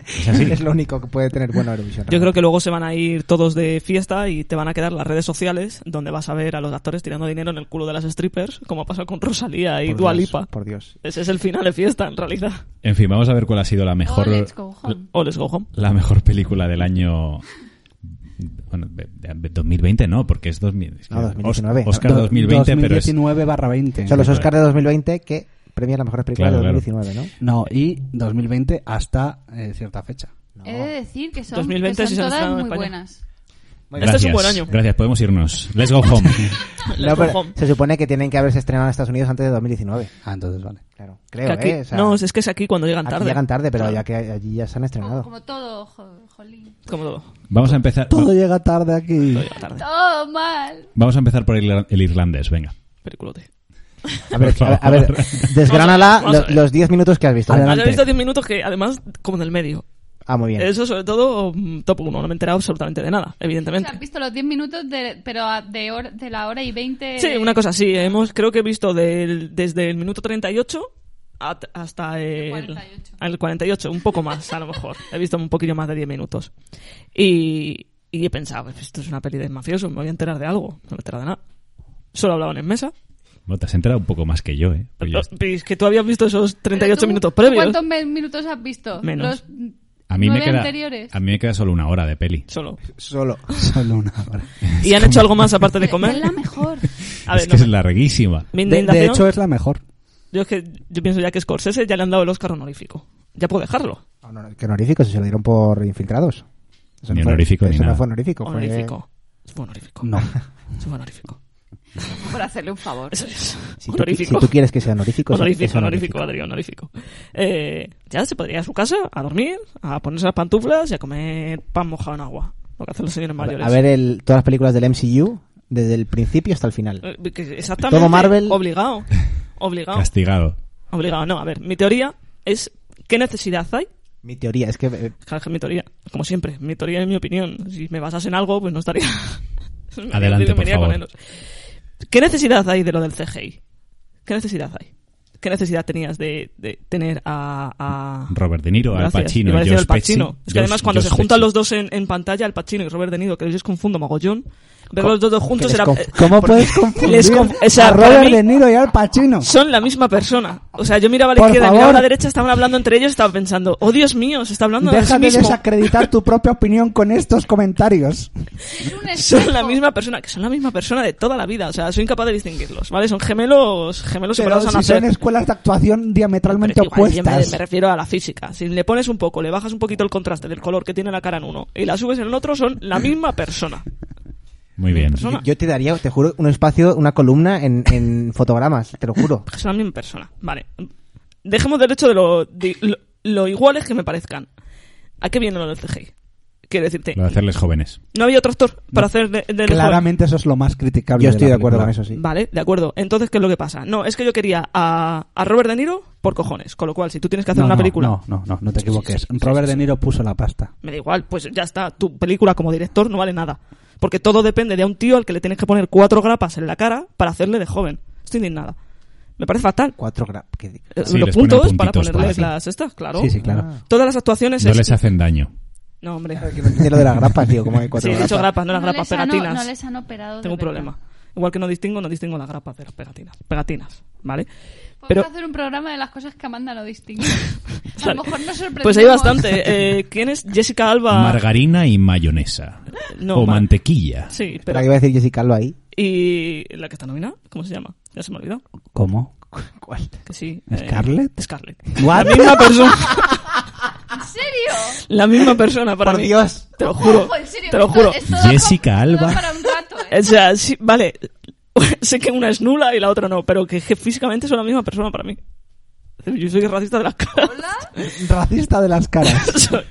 A: Es así.
E: Es lo único que puede tener buena Eurovisión.
D: Yo creo que luego se van a ir todos de fiesta y te van a quedar las redes sociales donde vas a ver a los actores tirando dinero en el culo de las strippers, como ha pasado con Rosalía y
E: Por
D: Dua
E: Dios,
D: Lipa.
E: Por Dios.
D: Ese es el final de fiesta, en realidad.
A: En fin, vamos a ver cuál ha sido la mejor,
B: Oh, let's go home.
D: O les go home.
A: la mejor película del año. Bueno, de- de- 2020 no, porque es, 2000, es que
E: No, 2019.
A: Os- Oscar
F: Do-
A: 2020, pero es.
F: 2019 barra 20.
E: Son los Oscars de 2020 que premia las mejores películas
A: Claro,
E: de
A: claro.
E: 2019,
F: No, y 2020 hasta eh, cierta fecha.
E: ¿no?
B: He de decir que son,
D: 2020
B: que
D: si
B: son
D: se nos
B: todas
D: da en
B: muy
D: España.
B: buenas.
E: Muy
D: Este
A: Gracias,
D: es un buen año.
A: Gracias, podemos irnos. Let's go home.
E: No,
D: Let's go
E: pero
D: home.
E: se supone que tienen que haberse estrenado en Estados Unidos antes de 2019.
F: Ah, entonces vale.
E: Claro,
D: Que
E: creo,
D: aquí-
E: ¿eh? O sea,
D: no, es que es aquí cuando llegan
E: aquí
D: tarde.
E: llegan tarde, pero
D: Claro,
E: ya que allí ya se han
B: Como,
E: estrenado.
B: como todo, jo- jolín.
D: Como todo.
A: Vamos a empezar.
F: Todo llega tarde aquí.
D: Todo llega tarde.
B: Todo mal.
A: Vamos a empezar por el, el irlandés, venga.
D: Peliculote.
E: A ver,
A: Por
E: a ver, a ver,
A: favor.
E: desgránala
D: Vamos a ver, vamos a
E: lo-
D: ver.
E: los 10 minutos que has visto.
D: Ahora he
E: Adelante.
D: visto 10 minutos que, además, como del medio.
E: Ah, muy bien.
D: Eso, sobre todo, mm, top 1. No me he enterado absolutamente de nada,
B: O
D: evidentemente.
B: sea, has visto los 10 minutos, de, pero a- de, hor- de la hora y 20.
D: Sí, una cosa así. Hemos, creo que he visto del- desde el minuto 38 at- hasta el
B: 48.
D: al 48, un poco más a lo mejor. He visto un poquillo más de 10 minutos. Y, y he pensado, "Pues esto es una peli de mafiosos, me voy a enterar de algo. No me he enterado de nada. Solo hablaban en mesa.
F: Pues
A: Bueno, te has enterado un poco más que yo, ¿eh? Pues ya-
D: Pero Es que tú habías visto esos
B: Pero
D: 38
B: tú,
D: minutos
B: ¿tú
D: previos.
B: ¿Cuántos me- minutos has visto?
D: Menos.
B: Los
A: a, mí me
B: nueve
A: queda,
B: anteriores.
A: a mí me queda solo una hora de peli.
D: Solo.
E: Solo.
F: Solo una hora.
D: ¿Y han hecho algo más aparte de
B: Es
D: comer?
B: la mejor.
D: A ver,
A: es que
D: no,
A: es larguísima.
D: mi
F: De, de
D: indignación-
F: hecho, es la mejor.
D: yo, es que, yo pienso ya que Scorsese ya le han dado el Oscar honorífico. Ya puedo dejarlo.
E: Ah, no, no, que honorífico, si se lo dieron por infiltrados. Eso
A: Ni
E: no fue-
A: honorífico ni
E: eso
A: nada.
E: no fue honorífico. fue-
D: Honorífico. Es un honorífico.
F: No.
D: Es un honorífico.
B: Por hacerle un favor.
D: Eso es.
E: Si tú, si
D: honorífico.
E: tú quieres que sea honorífico, es-
D: honorífico,
E: es
D: honorífico, Adrián, honorífico. Eh, ya se podría ir a su casa a dormir, a ponerse las pantuflas y a comer pan mojado en agua. Lo que hacen los señores mayores.
E: A ver el- todas las películas del MCU desde el principio hasta el final.
D: Eh, que Exactamente.
E: Todo Marvel-
D: Obligado. Obligado.
A: Castigado.
D: Obligado. No, a ver, mi teoría es ¿qué necesidad hay?
E: Mi teoría es que eh,
D: Claro, que es mi teoría. Como siempre, mi teoría es mi opinión. Si me basas en algo, pues no estaría...
A: Adelante, por
D: Bienvenida con
A: favor.
D: ellos. ¿Qué necesidad hay de lo del CGI? ¿Qué necesidad hay? ¿Qué necesidad tenías de, de tener a, a-
A: Robert De Niro, Al
D: Gracias.
A: Pacino,
D: Iba a decir
A: Josh
D: Al Pacino.
A: Pesci.
D: Es que además
A: Josh-
D: cuando
A: Josh
D: se juntan
A: Pesci.
D: los dos en, en pantalla, Al Pacino y Robert De Niro, que los confundo mogollón, ver los dos, dos juntos
E: que les
D: era...
E: conf-
D: eh,
F: ¿Cómo
D: porque
F: puedes confundir
D: les conf- o sea,
F: a
D: para
F: Robert
D: mí
F: De Niro y al Pacino?
D: Son la misma persona. O sea, yo miraba a la
F: Por
D: izquierda, miraba a la
F: favor.
D: derecha, estaban hablando entre ellos, estaba pensando, oh Dios mío, se está hablando de
F: Deja
D: sí
F: de
D: mismo.
F: desacreditar tu propia opinión con estos comentarios.
B: Es un
D: Son la
B: espejo.
D: misma persona, que son la misma persona de toda la vida. O sea, soy incapaz de distinguirlos, ¿vale? Son gemelos, gemelos
F: Pero
D: separados a
F: si
D: nacer.
F: son escuelas de actuación diametralmente
D: Pero igual, yo me-
F: opuestas.
D: Me, refiero a la física. Si le pones un poco, le bajas un poquito el contraste del color que tiene la cara en uno y la subes en el otro, son la misma persona.
A: Muy bien.
D: persona.
E: yo te daría, te juro, un espacio, una columna en, en fotogramas, te lo juro.
D: Son la misma persona. Vale. Dejemos del hecho de lo, de lo, lo iguales que me parezcan. ¿A qué viene lo del CGI? Quiero decirte,
A: Lo de hacerles jóvenes.
D: no había otro actor para hacer de, de-
F: Claramente eso es lo más criticable.
E: Yo estoy de
F: la
E: acuerdo con
F: película.
E: eso, sí.
D: Vale, de acuerdo. Entonces, ¿qué es lo que pasa? No, es que yo quería a, a Robert De Niro por cojones. Con lo cual, si tú tienes que hacer
F: No,
D: una
F: no,
D: película...
F: No, no, no, no te equivoques. Robert De Niro puso la pasta.
D: Me da igual, pues ya está. Tu película como director no vale nada. Porque todo depende de a un tío al que le tienes que poner cuatro grapas en la cara para hacerle de joven. Estoy indignada. Me parece fatal.
E: Cuatro gra- que-
D: Eh,
A: Sí,
D: Los
A: les ponen
D: puntos para
A: puntitos para
D: ponerles
A: hacer.
D: las estas, claro. Ah.
F: Sí, sí, claro.
D: Todas las actuaciones
A: No
D: es- este.
A: les hacen daño.
D: No, hombre.
E: De lo de las grapas, tío, como hay
D: Sí,
E: cuatro
D: he
E: grapas.
D: dicho grapas, no las grapas,
B: les han-
D: pegatinas.
B: no les han operado. de
D: Tengo un
B: verdad.
D: problema. Igual que no distingo, no distingo las grapas de las pegatinas. Pegatinas, ¿vale?
B: Podemos
D: Pero
B: hacer un programa de las cosas que Amanda no distingue. A
D: Vale.
B: lo mejor nos sorprende.
D: pues hay bastante. Eh, ¿Quién es Jessica Alba?
A: Margarina y mayonesa.
D: Ah. No,
A: o
D: ma-
A: mantequilla.
D: Sí, pero
E: Pero que iba a decir Jessica Alba ahí.
D: y la que está nominada, ¿cómo se llama? Ya se me ha olvidado.
F: ¿Cómo?
E: ¿Cuál?
D: Que sí.
F: ¿Scarlett?
D: Eh, Scarlett.
F: ¿What?
D: La misma persona.
B: ¿En serio?
D: La misma persona para
E: Por
D: mí.
E: Dios.
D: Te lo juro.
B: Ojo, en serio,
D: te lo
B: esto-
D: juro.
B: esto da pa-
A: Jessica
B: da
A: Alba.
B: para un rato, ¿eh?
D: O sea, sí, vale. sé que una es nula y la otra no, pero que, que físicamente son la misma persona para mí. Yo soy racista de las caras.
B: Hola.
F: Racista de las caras.
D: Soy-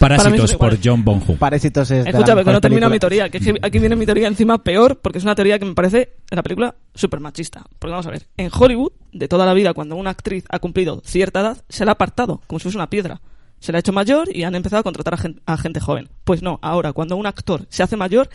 D: para mí
A: Parásitos
D: son
A: por
D: iguales.
A: John Bonhu.
E: Parásitos es de las
D: Escúchame, que no
E: mejores
D: termina mi
E: películas.
D: teoría. Que es que aquí viene mi teoría encima peor, porque es una teoría que me parece en la película súper machista. Porque vamos a ver, en Hollywood, de toda la vida, cuando una actriz ha cumplido cierta edad, se la ha apartado, como si fuese una piedra. Se la ha hecho mayor y han empezado a contratar a gen- a gente, joven. Pues no, ahora, cuando un actor se hace mayor,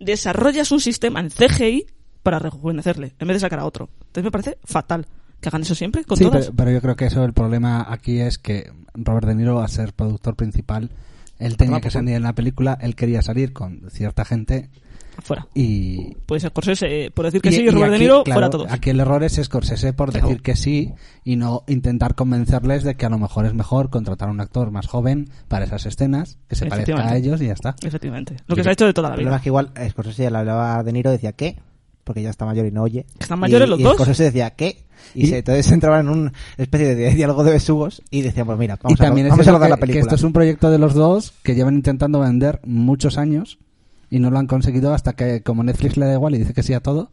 D: desarrollas un sistema en CGI para rejuvenecerle, en vez de sacar a otro. Entonces me parece fatal que hagan eso siempre con
F: Sí,
D: todas.
F: pero, pero yo creo que eso el problema aquí es que Robert De Niro, al ser productor principal, él tenía que salir en la película, él quería salir con cierta gente
D: Fuera.
F: y...
D: Pues Scorsese, por decir que
F: y-
D: sí,
F: y
D: Robert De
F: aquí,
D: Niro,
F: claro,
D: fuera todos.
F: Aquí el error es Scorsese por
D: Claro.
F: decir que sí y no intentar convencerles de que a lo mejor es mejor contratar a un actor más joven para esas escenas, que se parezca a
D: Efectivamente.
F: ellos y ya está.
D: Efectivamente. Lo que se ha hecho de toda la
E: El problema
D: vida.
E: es que igual Scorsese ya le hablaba a De Niro decía ¿qué? Porque ya está mayor y no oye.
D: ¿Están mayores
E: Y-
D: los
E: y
D: dos?
E: Scorsese decía ¿qué? Y,
F: Y-
E: se- entonces entraban en una especie de diálogo de besugos y decían, pues mira,
F: y
E: vamos,
F: también
E: a,
F: es
E: vamos a
F: eso
E: rodar
F: que,
E: la
F: que
E: película.
F: esto es un proyecto de los dos que llevan intentando vender muchos años y no lo han conseguido hasta que como Netflix le da igual y dice que sí a todo,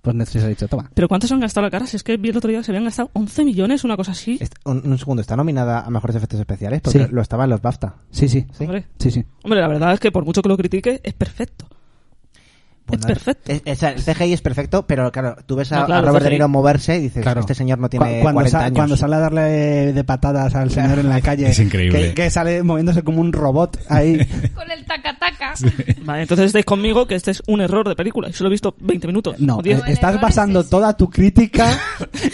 F: pues Netflix ha dicho, toma.
D: ¿Pero cuántos han gastado la cara? Si es que vi el otro día que se habían gastado 11 millones, una cosa así.
E: Est- un, un segundo, ¿está nominada a mejores efectos especiales? Porque
F: Sí.
E: lo estaba en los BAFTA.
F: Sí, sí,
E: ¿sí?
D: Hombre.
F: sí, sí.
D: Hombre, la verdad es que por mucho que lo critique, es perfecto.
E: Bueno,
D: perfecto.
E: Pues es- es- el CGI es perfecto, pero claro, tú ves a,
D: No, claro,
E: a Robert De
D: CGI.
E: Niro moverse y dices,
F: Claro.
E: este señor no
F: Cu-
E: tiene
F: cuando,
E: 40
F: sa-
E: años.
F: cuando sale a darle de patadas al señor en la calle,
A: Es increíble.
F: Que, que sale moviéndose como un robot ahí.
B: Con el tacataca.
D: Vale, entonces estáis conmigo que este es un error de película. Y solo he visto 20 minutos.
F: No,
D: o 10.
B: eh,
F: estás
B: error
F: basando
B: es ese.
F: toda tu crítica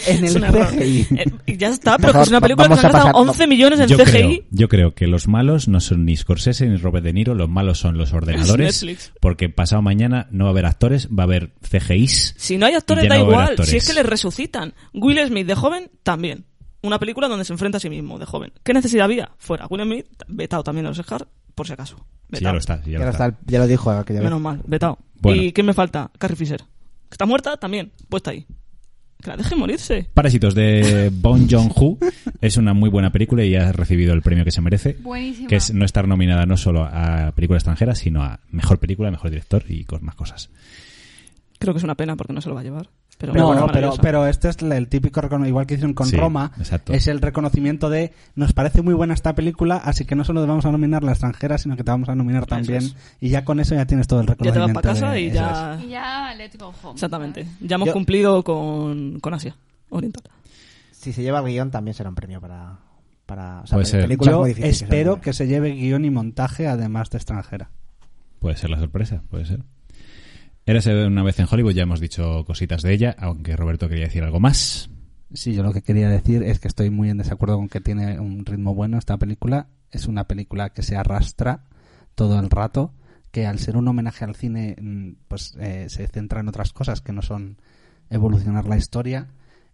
F: en
D: Es
F: el
D: un error.
F: CGI.
D: Eh, y ya está, pero
E: Por
D: que es una
E: favor,
D: película que
E: vamos
D: se han
E: a pasar-
D: gastado 11 millones en
A: Yo creo,
D: CGI.
A: yo creo que los malos no son ni Scorsese ni Robert De Niro, los malos son los ordenadores,
D: Netflix.
A: porque pasado mañana no va a haber actores, va a haber CGIs.
D: Si no hay actores,
A: Y ya
D: da
A: no va a haber
D: igual. Si
A: actores.
D: es que les resucitan. Will Smith de joven, también. Una película donde se enfrenta a sí mismo de joven. ¿Qué necesidad había? Fuera. Will Smith, vetado también a los Oscar, por si acaso.
A: Sí, ya
D: Vetado.
A: lo está, sí, ya
E: Ya,
A: lo
E: lo
A: está.
E: está- ya lo dijo aquella vez.
D: Menos mal, vetado.
A: Bueno.
D: ¿Y quién me falta? Carrie Fisher. Que está muerta también, puesta ahí. Que la deje morirse.
A: Parásitos de Bon Joon-ho es una muy buena película y ha recibido el premio que se merece,
B: Buenísima.
A: que es no estar nominada no solo a película extranjera, sino a mejor película, mejor director y con más cosas.
D: Creo que es una pena porque no se lo va a llevar. Pero
F: No,
D: bueno,
F: pero,
D: maravillosa.
F: pero este es el típico recono- igual que hicieron con
A: Sí,
F: Roma,
A: exacto.
F: es el reconocimiento de nos parece muy buena esta película, así que no solo te vamos a nominar la extranjera, sino que te vamos a nominar también
D: es.
F: y ya con eso ya tienes todo el
D: Ya te
F: reconocimiento.
D: vas para casa
F: de-
D: y
F: eso es.
D: ya.
B: Y ya, let's go home.
D: Exactamente.
B: ¿sabes?
D: Ya hemos
E: Yo-
D: cumplido con, con Asia Oriental.
E: Si se lleva el guión también será un premio para... para o sea,
A: Puede ser.
E: películas
F: Yo
E: muy difíciles que se
F: espero
E: lleven.
F: que se lleve guión y montaje además de extranjera.
A: Puede ser la sorpresa, puede ser. Érase una vez en Hollywood, ya hemos dicho cositas de ella, aunque Roberto quería decir algo más.
F: Sí, yo lo que quería decir es que estoy muy en desacuerdo con que tiene un ritmo bueno esta película. Es una película que se arrastra todo el rato, que al ser un homenaje al cine, mm, pues eh, se centra en otras cosas que no son evolucionar la historia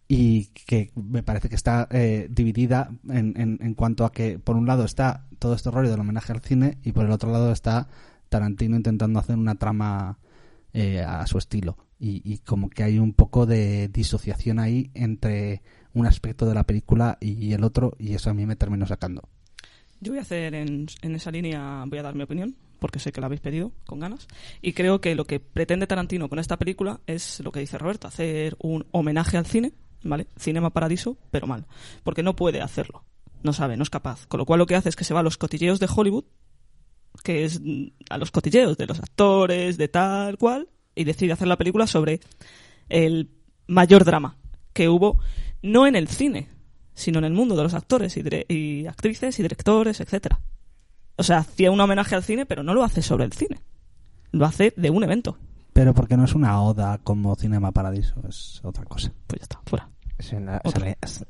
F: y que me parece que está eh, dividida en, en- en cuanto a que por un lado está todo este rollo del homenaje al cine y por el otro lado está Tarantino intentando hacer una trama eh, a su estilo. Y, y como que hay un poco de disociación ahí entre un aspecto de la película y, y el otro, y eso a mí me terminó sacando.
D: Yo voy a hacer en, en esa línea, voy a dar mi opinión, porque sé que la habéis pedido con ganas. Y creo que lo que pretende Tarantino con esta película es lo que dice Roberto, hacer un homenaje al cine, ¿vale? Cinema Paradiso, pero mal. Porque no puede hacerlo. No sabe, no es capaz. Con lo cual lo que hace es que se va a los cotilleos de Hollywood, que es mm, a los cotilleos de los actores, de tal cual, y decide hacer la película sobre el mayor drama que hubo, no en el cine, sino en el mundo de los actores y, dire- y actrices y directores, etcétera. O sea, hacía un homenaje al cine, pero no lo hace sobre el cine. Lo hace de un evento.
F: Pero porque no es una oda como Cinema Paradiso, es otra cosa.
D: Pues ya está, fuera.
E: Es una-
D: Otra.
E: es- es-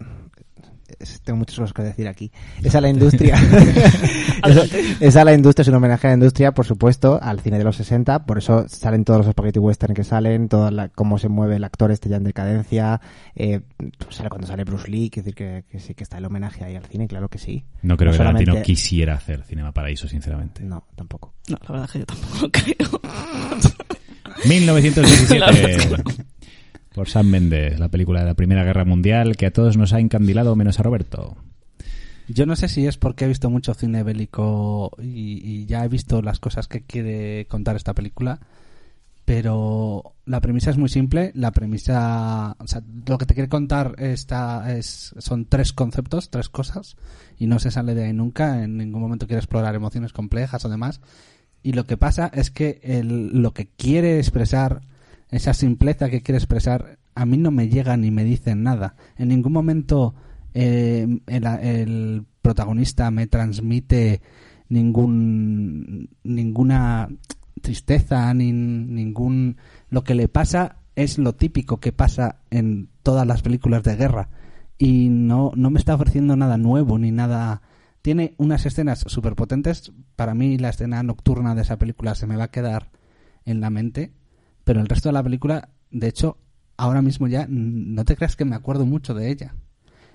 E: es- tengo muchas cosas que decir aquí. Es a la industria. es, es a la industria, es un homenaje a la industria, por supuesto, al cine de los 60. Por eso salen todos los spaghetti western que salen, toda la, cómo se mueve el actor este ya en decadencia. Eh, sale cuando sale Bruce Lee, quiero decir que, que sí que está el homenaje ahí al cine, claro que sí.
A: No creo
E: No
A: que Tarantino
E: solamente-
A: quisiera hacer Cinema Paraíso, sinceramente.
E: No, tampoco.
D: No, la verdad es que yo tampoco creo. La verdad.
A: 1917. Por San Méndez, la película de la Primera Guerra Mundial que a todos nos ha encandilado menos a Roberto.
F: Yo no sé si es porque he visto mucho cine bélico y, y ya he visto las cosas que quiere contar esta película, pero la premisa es muy simple. La premisa, o sea, lo que te quiere contar esta es, son tres conceptos, tres cosas, y no se sale de ahí nunca. En ningún momento quiere explorar emociones complejas o demás. Y lo que pasa es que el- lo que quiere expresar, esa simpleza que quiere expresar, a mí no me llega ni me dicen nada. En ningún momento eh, el, el protagonista me transmite ningún ninguna tristeza ni ningún lo que le pasa es lo típico que pasa en todas las películas de guerra y no no me está ofreciendo nada nuevo ni nada tiene unas escenas súper potentes para mí la escena nocturna de esa película se me va a quedar en la mente pero el resto de la película de hecho ahora mismo ya mm, no te creas que me acuerdo mucho de ella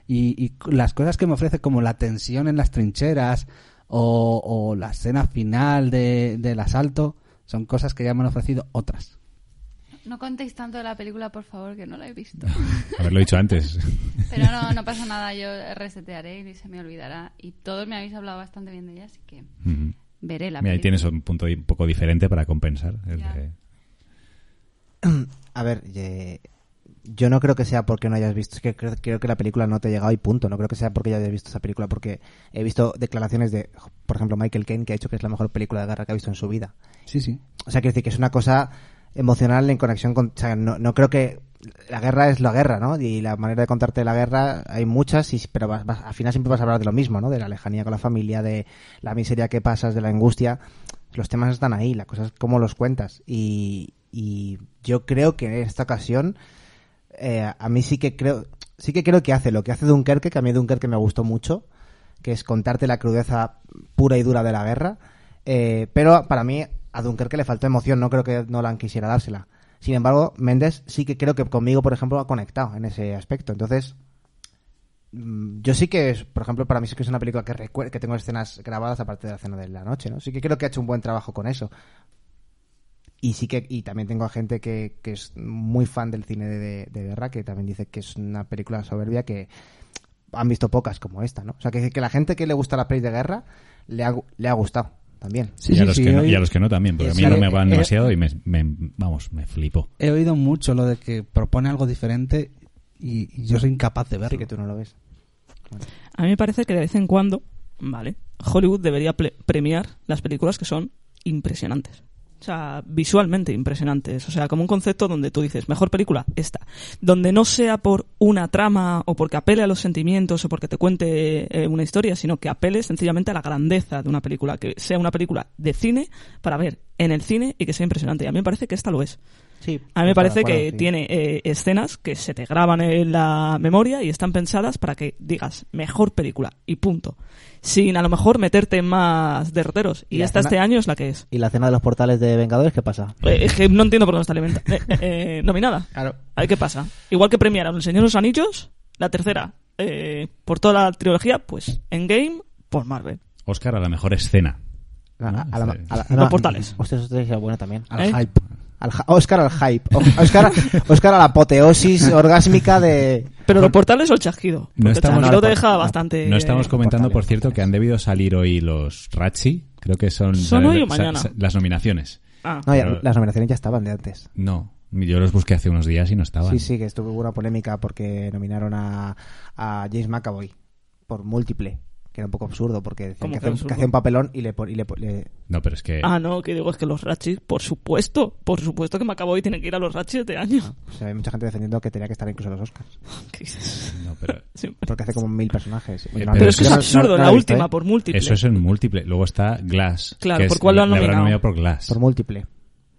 F: y, y c- las cosas que me ofrece como la tensión en las trincheras o, o la escena final de- del asalto son cosas que ya me han ofrecido otras.
B: No contéis tanto de la película, por favor, que no la he visto.
A: Haberlo dicho antes.
B: Pero no, no pasa nada, yo resetearé y se me olvidará. Y todos me habéis hablado bastante bien de ella, así que
A: Ujú.
B: veré la
A: Mira, ahí
B: película.
A: tienes un punto di- un poco diferente para compensar. el
B: Ya.
A: de-
E: A ver, eh, yo no creo que sea porque no hayas visto, es que creo, creo que la película no te ha llegado y punto. No creo que sea porque ya hayas visto esa película, porque he visto declaraciones de, por ejemplo, Michael Caine, que ha dicho que es la mejor película de guerra que ha visto en su vida.
F: Sí, sí.
E: O sea, quiero decir que es una cosa emocional en conexión con... O sea, no, no creo que... La guerra es la guerra, ¿no? Y la manera de contarte la guerra hay muchas, y, pero vas- vas- al final siempre vas a hablar de lo mismo, ¿no? De la lejanía con la familia, de la miseria que pasas, de la angustia. Los temas están ahí, la cosa es cómo los cuentas. Y, y yo creo que en esta ocasión eh, a mí sí que creo sí que creo que hace lo que hace Dunkerque que a mí Dunkerque me gustó mucho que es contarte la crudeza pura y dura de la guerra eh, pero para mí a Dunkerque le faltó emoción no creo que Nolan quisiera dársela sin embargo Méndez sí que creo que conmigo por ejemplo ha conectado en ese aspecto entonces mm, yo sí que, es- por ejemplo, para mí sí que es una película que recuer- que tengo escenas grabadas aparte de la cena de la noche, ¿no? Sí que creo que ha hecho un buen trabajo con eso. Y sí que, y también tengo a gente que, que es muy fan del cine de, de, de guerra, que también dice que es una película soberbia que han visto pocas como esta, ¿no? O sea, que, que la gente que le gusta las pelis de guerra le ha, gu- le ha gustado también.
A: y, a los que no, y a los que no también, porque a mí
F: Sí,
A: no me
F: eh,
A: van
F: eh,
A: demasiado y me, me- vamos, me flipo.
F: He oído mucho lo de que propone algo diferente y, y yo soy incapaz de verlo.
E: Sí que tú no lo ves.
D: A mí me parece que de vez en cuando, ¿vale? Hollywood debería ple- premiar las películas que son impresionantes. O sea, visualmente impresionantes. O sea, como un concepto donde tú dices, mejor película, esta. Donde no sea por una trama o porque apele a los sentimientos o porque te cuente eh, una historia, sino que apele sencillamente a la grandeza de una película. Que sea una película de cine para ver en el cine y que sea impresionante. Y a mí me parece que esta lo es.
E: Sí.
D: A mí me
E: estoy de
D: parece
E: acuerdo,
D: que
E: sí.
D: tiene eh, escenas que se te graban en la memoria y están pensadas para que digas mejor película y punto. Sin a lo mejor meterte en más derroteros.
E: Y
D: Y
E: la
D: esta
E: escena-
D: este año es la que es.
E: ¿Y la cena de los portales de Vengadores qué pasa?
D: Eh, es que no entiendo por dónde está alimenta- eh, eh, eh, nominada.
E: Claro.
D: A ver qué pasa. Igual que premiaron El Señor de los Anillos, la tercera, eh, por toda la trilogía, pues Endgame por Marvel.
A: Oscar a la mejor escena.
E: A, a- a la- a la- a
D: Los
E: la-
D: portales.
E: Hostia, eso sería bueno también.
F: Al
D: ¿Eh?
F: hype.
E: Al ja- Oscar al hype. O- Oscar, Oscar a la apoteosis orgásmica de...
D: Pero los portales o el chasquido. Porque el
A: estamos-
D: chasquido te
E: no,
D: deja
E: no,
D: bastante.
A: No estamos
D: eh,
A: comentando,
E: portales,
A: por cierto,
E: portales.
A: que han debido salir hoy los Ratchi. Creo que son,
D: ¿Son hoy o
A: sa-
D: mañana?
A: sa- las nominaciones.
D: ah.
E: No, ya-
A: Pero-
E: las nominaciones ya estaban de antes.
A: No, yo los busqué hace unos días y no
D: Ah,
A: estaban.
E: Sí, sí, que estuvo una polémica porque nominaron a, a James McAvoy por múltiple. que era un poco absurdo porque decían
D: ¿Cómo
E: que,
D: que
E: hacía, un-
D: absurdo?
E: que hacía un papelón y le, pon- y le pon- le-
A: No, pero es que.
D: Ah, no, que digo es que los Ratchis, por supuesto, por supuesto que me acabo y tiene que ir a los Ratchis de año.
E: o sea, hay mucha gente defendiendo que tenía que estar incluso en los Oscars
D: ¿Qué dices?
A: No, pero.
D: Sí.
E: porque hace como mil personajes.
A: Eh,
E: No,
A: pero
D: Pero
E: no,
D: es que
E: yo
D: es
E: no- no-
D: absurdo,
E: no lo he
D: la
E: visto,
D: última,
E: ¿eh?
D: por múltiple.
A: Eso es en múltiple. Luego está Glass.
D: Claro,
A: que
D: ¿por
A: es-
D: cuál lo han
A: le habrán nominado
D: nominado?
A: por Glass.
E: por múltiple.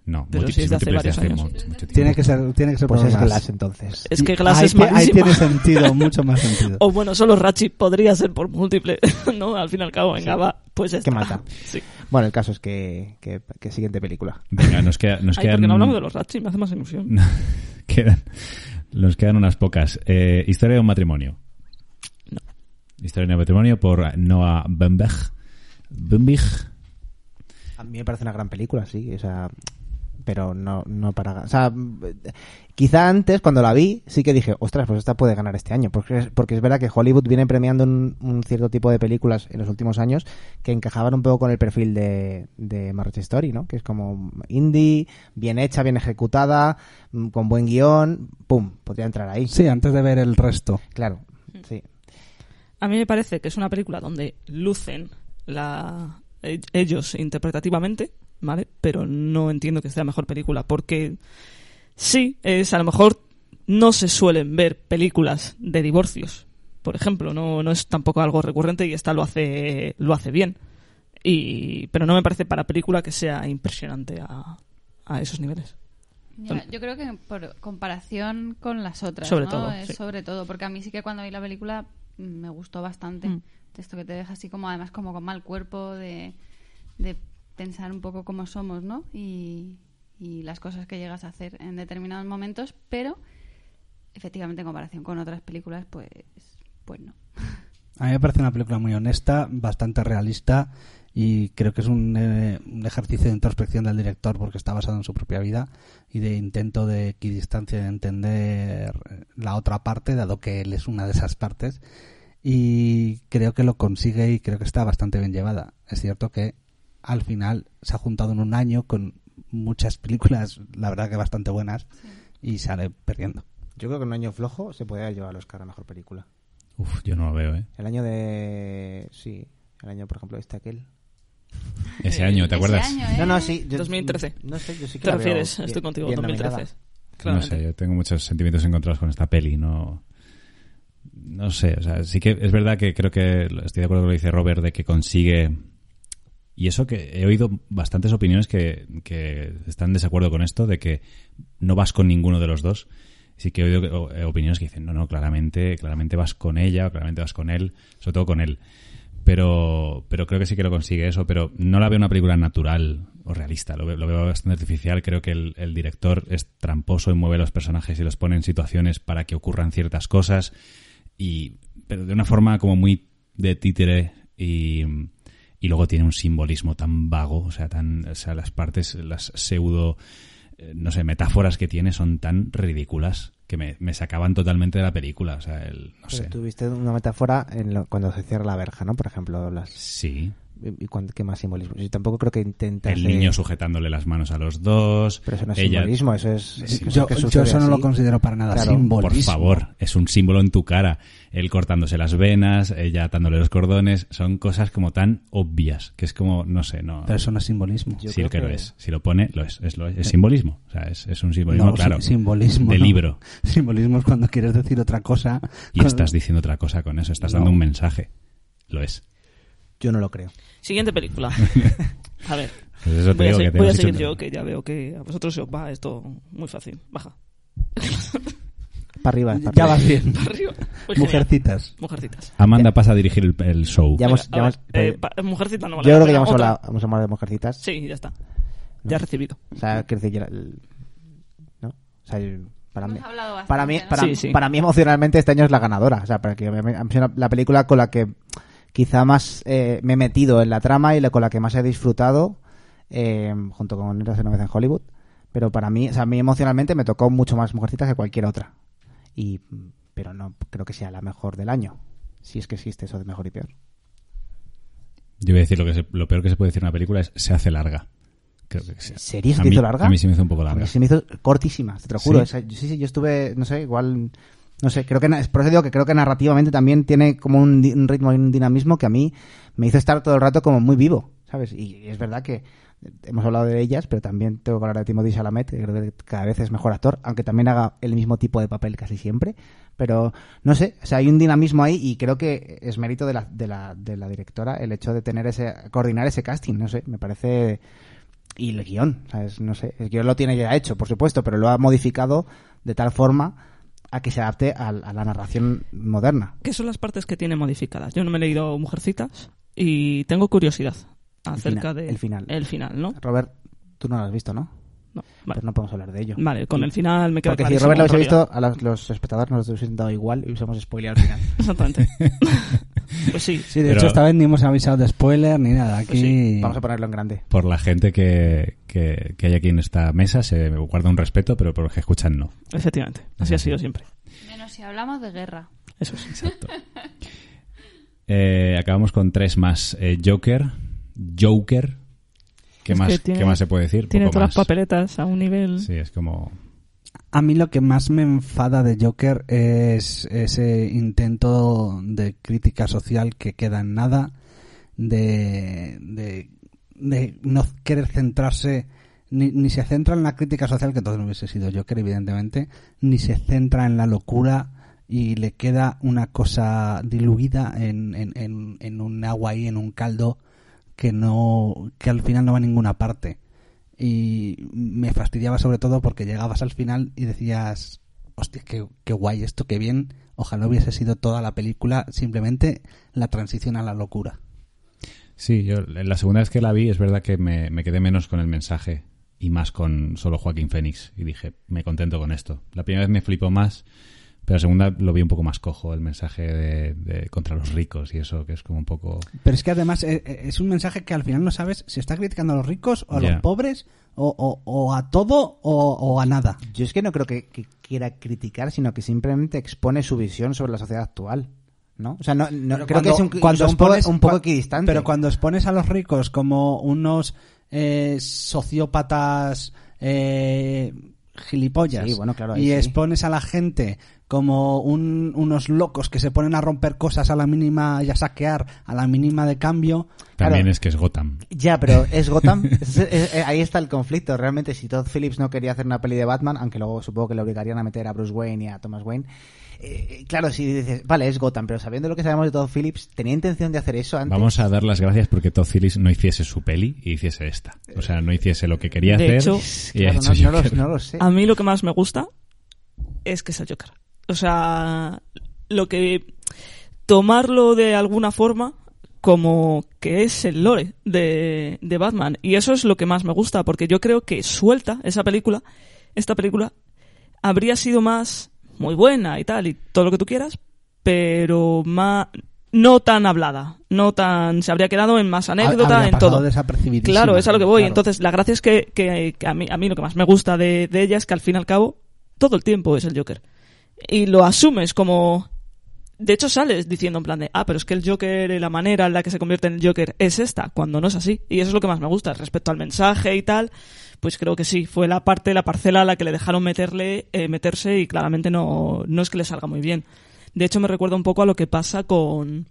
A: No,
D: Pero
A: múltiples,
D: si es de hace
A: múltiples,
D: varios
A: hace
D: años.
A: mu- mucho tiempo.
F: Tiene que ser, tiene que ser
E: Pues
F: por
E: es
F: Glass.
E: Glass entonces.
D: Es que Glass
F: ahí,
D: es
F: ti- ahí
D: malísima.
F: tiene sentido, mucho más sentido.
D: O bueno, solo Ratchis podría ser por múltiple, ¿no? Al fin y al cabo, venga, va, pues ya
E: Que
D: está.
E: mata.
D: Sí.
E: Bueno, el caso es que, que, que siguiente película.
A: Venga, nos, queda, nos
D: Ay,
A: quedan.
D: porque no hablamos de los Ratchis, me hace más ilusión.
A: quedan, nos quedan unas pocas. Eh, Historia de un matrimonio. Historia de un matrimonio por Noah Bembech. Bembich.
E: A mí me parece una gran película, sí, o sea, pero no, no para... ga- O sea, quizá antes, cuando la vi, sí que dije, ostras, pues esta puede ganar este año, porque es, porque es verdad que Hollywood viene premiando un, un cierto tipo de películas en los últimos años que encajaban un poco con el perfil de, de Marriage Story, ¿no? Que es como indie, bien hecha, bien ejecutada, mm, con buen guión, ¡pum! Podría entrar ahí.
F: Sí, antes de ver el resto.
E: Claro, sí.
D: A mí me parece que es una película donde lucen la, e- ellos interpretativamente, ¿vale? Pero no entiendo que sea la mejor película, porque sí, es a lo mejor no se suelen ver películas de divorcios, por ejemplo, no, no es tampoco algo recurrente y esta lo hace, lo hace bien. Y, pero no me parece para película que sea impresionante a, a esos niveles.
B: Ya, yo creo que por comparación con las otras,
D: Sobre
B: ¿no?
D: todo,
B: Es
D: sí.
B: Sobre todo, porque a mí sí que cuando vi la película mm, me gustó bastante.
D: Mm.
B: Esto que te deja así como, además, como con mal cuerpo de, de pensar un poco cómo somos, ¿no? Y, y las cosas que llegas a hacer en determinados momentos, pero efectivamente en comparación con otras películas, pues, pues no.
F: A mí me parece una película muy honesta, bastante realista y creo que es un, eh, un ejercicio de introspección del director porque está basado en su propia vida y de intento de equidistancia de entender la otra parte, dado que él es una de esas partes. Y creo que lo consigue y creo que está bastante bien llevada. Es cierto que al final se ha juntado en un año con muchas películas, la verdad que bastante buenas, y sale perdiendo.
E: Yo creo que un año flojo se podría llevar al Oscar a Mejor Película.
A: Uf, yo no lo veo, ¿eh?
E: El año de... sí, el año, por ejemplo, este aquel.
A: Ese
D: Eh,
A: año,
B: ese
A: ¿te acuerdas?
B: año, ¿eh?
E: No, no, sí. yo-
D: 2013.
E: No sé, yo sí que
D: ¿Te
E: la veo
D: refieres?
E: bien-
D: Estoy contigo,
E: bien
D: 2013.
E: nominada.
D: Claramente.
A: No sé, yo tengo muchos sentimientos encontrados con esta peli, no... No sé, o sea, sí que es verdad que creo que estoy de acuerdo con lo que dice Robert de que consigue... Y eso que he oído bastantes opiniones que, que están en desacuerdo con esto, de que no vas con ninguno de los dos. Sí que he oído que- o- eh, opiniones que dicen, no, no, claramente, claramente vas con ella, o claramente vas con él, sobre todo con él. Pero, pero creo que sí que lo consigue eso, pero no la veo una película natural o realista, lo veo, lo veo bastante artificial, creo que el, el director es tramposo y mueve a los personajes y los pone en situaciones para que ocurran ciertas cosas, y, pero de una forma como muy de títere y, y luego tiene un simbolismo tan vago, o sea, tan, o sea, las partes, las pseudo eh, no sé, metáforas que tiene son tan ridículas que me, me sacaban totalmente de la película. O sea, el, no sé.
E: Pero Tuviste una metáfora en lo- cuando se cierra la verja, ¿no? Por ejemplo, las...
A: Sí.
E: ¿Y cuán- qué más simbolismo? Yo tampoco creo que intentas...
A: El
E: eh,
A: niño sujetándole las manos a los dos.
E: Pero eso no es
A: ella-
E: simbolismo, eso es... eso es
F: Yo,
E: que
F: yo
E: sucede
F: eso no lo
E: así.
F: considero para nada
E: Claro.
A: Por
F: simbolismo.
A: favor, es un símbolo en tu cara. Él cortándose las venas, ella atándole los cordones. Son cosas como tan obvias que es como, no sé, no.
F: Pero eso no es simbolismo.
E: Yo
A: sí,
E: creo
A: que, lo
E: que- Eh.
A: es. Si lo pone, lo es. Es, lo es. Es simbolismo. O sea, es, es un simbolismo,
F: No,
A: claro.
F: sí, simbolismo.
A: De
F: no.
A: libro.
F: Simbolismo es cuando quieres decir otra cosa.
A: Y
F: Cuando-
A: estás diciendo otra cosa con eso. Estás
F: No.
A: dando un mensaje. Lo es.
E: Yo no lo creo.
D: Siguiente película. A ver.
A: Pues eso te
D: Voy a,
A: digo
D: se-
A: que te
D: voy a
A: hemos
D: seguir
A: dicho-
D: yo, que ya veo que a vosotros se os va esto muy fácil. Baja.
E: Para arriba, para
F: Ya
E: arriba.
F: vas bien.
D: Para arriba. Voy Pues genial.
F: Mujercitas.
D: Mujercitas.
A: Amanda pasa a dirigir el, el show.
E: Ya hemos...
D: A
E: ya
D: ver,
E: hemos-
D: eh, pa- mujercita no vale.
E: yo creo
D: Venga,
E: que ya hemos
D: otra.
E: hablado, hemos hablado de Mujercitas.
D: Sí, ya está. Ya recibido.
E: O sea, quiero decir, yo la- el- ¿no? O sea, el- para mí...
B: Hemos hablado bastante,
E: para mí,
B: ¿no?
E: para,
D: Sí, sí.
E: para mí emocionalmente este año es la ganadora. O sea, para que me- me- ha sido la película con la que quizá más eh, me he metido en la trama y la, con la que más he disfrutado eh, junto con Eras una vez en Hollywood. Pero para mí, o sea, a mí emocionalmente me tocó mucho más Mujercitas que cualquier otra. Y pero no creo que sea la mejor del año. Si es que existe eso de mejor y peor.
A: Yo voy a decir lo, que se- lo peor que se puede decir en una película es se hace larga. Creo que sí.
E: ¿En serio se
A: A
E: te
A: mí-
E: hizo larga?
A: A mí se me hizo un poco
E: A mí
A: larga.
E: se me hizo cortísima, te lo juro.
A: ¿Sí?
E: O sea, yo- sí, sí, yo estuve, no sé, igual No sé, creo que na- es por eso digo que creo que narrativamente también tiene como un, di- un ritmo y un dinamismo que a mí me hizo estar todo el rato como muy vivo, ¿sabes? Y es verdad que hemos hablado de ellas, pero también tengo que hablar de Timothy Chalamet, que creo que cada vez es mejor actor, aunque también haga el mismo tipo de papel casi siempre. Pero no sé, o sea, hay un dinamismo ahí y creo que es mérito de la, de la, de la directora el hecho de tener ese, coordinar ese casting, no sé, me parece y el guión, ¿sabes? No sé, el guión lo tiene ya hecho, por supuesto, pero lo ha modificado de tal forma a que se adapte a, a la narración moderna.
D: ¿Qué son las partes que tiene modificadas? Yo no me he leído Mujercitas y tengo curiosidad acerca
E: final,
D: de
E: el final.
D: El final, ¿no?
E: Robert, tú no lo has visto, ¿no?
D: No,
E: Pues
D: vale.
E: no podemos hablar de ello.
D: Vale, con el final me queda
E: Porque si
D: clarísimo
E: Robert lo hubiese
D: en realidad.
E: visto, a los, los espectadores nos lo hubiesen dado igual y hubiésemos spoileado al final.
D: Exactamente. pues sí.
F: Sí, de
A: Pero-
F: hecho esta vez ni hemos avisado de spoiler ni nada. Aquí
D: Pues sí,
E: Vamos a ponerlo en grande.
A: Por la gente que, que, que hay aquí en esta mesa se guarda un respeto, pero por los que escuchan no.
D: Efectivamente. Así ha sido siempre.
B: Menos si hablamos de guerra.
D: Eso es.
A: Exacto. Eh, acabamos con tres más. Eh, Joker. Joker. ¿Qué
D: Es
A: más,
D: que tiene-
A: ¿Qué más se puede decir?
D: Tiene
A: Poco
D: todas
A: más.
D: las papeletas a un nivel.
A: Sí, es como...
F: A mí lo que más me enfada de Joker es ese intento de crítica social que queda en nada, de, de, de no querer centrarse, ni, ni se centra en la crítica social, que entonces no hubiese sido Joker, evidentemente, ni se centra en la locura y le queda una cosa diluida en, en, en, en un agua ahí, en un caldo, que, no, que al final no va a ninguna parte y me fastidiaba sobre todo porque llegabas al final y decías, hostia, qué, qué guay esto, qué bien, ojalá hubiese sido toda la película simplemente la transición a la locura.
A: Sí, yo la segunda vez que la vi es verdad que me, me quedé menos con el mensaje y más con solo Joaquín Fénix. Y dije, me contento con esto. La primera vez me flipó más, pero la segunda lo vi un poco más cojo, el mensaje de, de contra los ricos y eso, que es como un poco...
F: Pero es que además eh, eh, es un mensaje que al final no sabes si está criticando a los ricos o a
A: Ya.
F: los pobres o, o- o a todo o, o a nada.
E: Yo es que no creo que, que quiera criticar, sino que simplemente expone su visión sobre la sociedad actual. ¿No? O sea, no, no- creo que es un, incluso un, poco,
F: expones-
E: un poco
F: cua-
E: equidistante.
F: Pero cuando expones a los ricos como unos eh, sociópatas eh, gilipollas
E: Sí, bueno, claro, ahí
F: y
E: sí.
F: expones a la gente como un- unos locos que se ponen a romper cosas a la mínima y a saquear a la mínima de cambio,
A: También
E: Claro.
A: es que es Gotham.
E: Ya, pero es Gotham. Es- es- eh, ahí está el conflicto. Realmente, si Todd Phillips no quería hacer una peli de Batman, aunque luego supongo que le obligarían a meter a Bruce Wayne y a Thomas Wayne. eh, eh, claro, si dices, vale, es Gotham, pero sabiendo lo que sabemos de Todd Phillips, ¿tenía intención de hacer eso antes?
A: Vamos a dar las gracias porque Todd Phillips no hiciese su peli y hiciese esta. O sea, no hiciese lo que quería
D: De
A: hacer
D: hecho,
A: y ha
E: Claro,
A: hecho
E: no, no
A: Joker.
E: lo, no lo sé.
D: A mí lo que más me gusta es que es el Joker. O sea, lo que tomarlo de alguna forma como que es el lore de, de Batman. Y eso es lo que más me gusta, porque yo creo que suelta esa película, esta película, habría sido más muy buena y tal, y todo lo que tú quieras, pero más, no tan hablada, no tan, se habría quedado en más anécdota,
F: habría
D: en
F: pasado
D: todo.
F: desapercibidísima.
D: Claro, es a lo que voy.
F: Claro.
D: Entonces, la gracia es que, que- que a, mí, a mí lo que más me gusta de, de ella es que al fin y al cabo todo el tiempo es el Joker. Y lo asumes como... De hecho, sales diciendo en plan de, ah, pero es que el Joker, eh, la manera en la que se convierte en el Joker es esta, cuando no es así. Y eso es lo que más me gusta. Respecto al mensaje y tal, pues creo que sí, fue la parte, la parcela a la que le dejaron meterle, eh, meterse y claramente no, no es que le salga muy bien. De hecho, me recuerda un poco a lo que pasa con,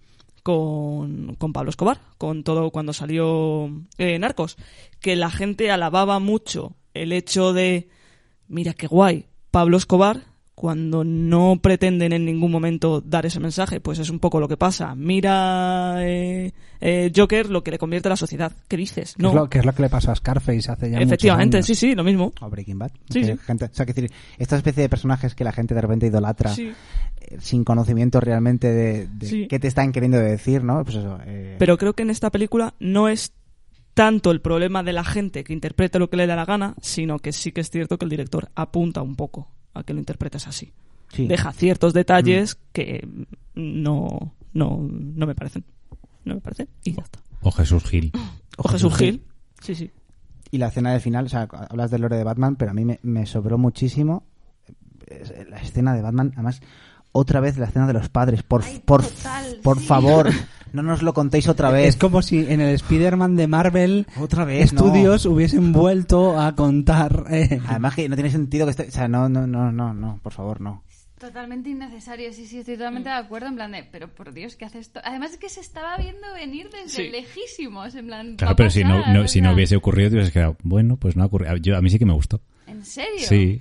D: con, con Pablo Escobar, con todo cuando salió eh, Narcos, que la gente alababa mucho el hecho de, mira qué guay, Pablo Escobar, cuando no pretenden en ningún momento dar ese mensaje, pues es un poco lo que pasa. Mira eh, eh, Joker lo que le convierte a la sociedad. ¿Qué dices?
F: Que es lo-
D: No.
F: que es lo que le pasó a Scarface hace ya muchos
D: Efectivamente,
F: años.
D: sí, sí, lo mismo.
E: O Oh, Breaking Bad.
D: Sí,
E: Que
D: sí.
E: gente- o sea, que decir, esta especie de personajes que la gente de repente idolatra
D: Sí.
E: eh, sin conocimiento realmente de, de
D: Sí.
E: qué te están queriendo decir, ¿no? Pues eso. eh,
D: Pero creo que en esta película no es tanto el problema de la gente que interpreta lo que le da la gana, sino que sí que es cierto que el director apunta un poco a que lo interpretes así.
E: sí.
D: Deja ciertos detalles
F: Mm.
D: que no, no, no me parecen. No me parecen. Y ya está.
A: O Jesús Gil.
D: O Jesús Gil. Sí, sí.
E: Y la escena del final, o sea, hablas del lore de Batman, pero a mí me, me sobró muchísimo es- eh, la escena de Batman. Además, otra vez la escena de los padres. Por,
B: Ay,
E: por,
B: total,
E: por
B: sí.
E: favor, no nos lo contéis otra vez.
F: Es como si en el Spider-Man de Marvel
E: Otra vez, Pues, no.
F: estudios hubiesen vuelto a contar eh,
E: Además que no tiene sentido que esto... O sea, no, no, no, no, no, por favor, no.
B: Totalmente innecesario, sí, sí, estoy totalmente
D: Mm.
B: de acuerdo. En plan de, pero por Dios, ¿qué hace esto? Además es que se estaba viendo venir desde
D: Sí.
B: lejísimos. En plan, va
A: Claro,
B: a
A: pero si no,
B: pasar,
A: no-
B: o
A: si
B: sea,
A: no hubiese ocurrido, te hubieses quedado, bueno, pues no ha ocurrido. Yo, a mí sí que me gustó.
B: ¿En serio?
A: Sí.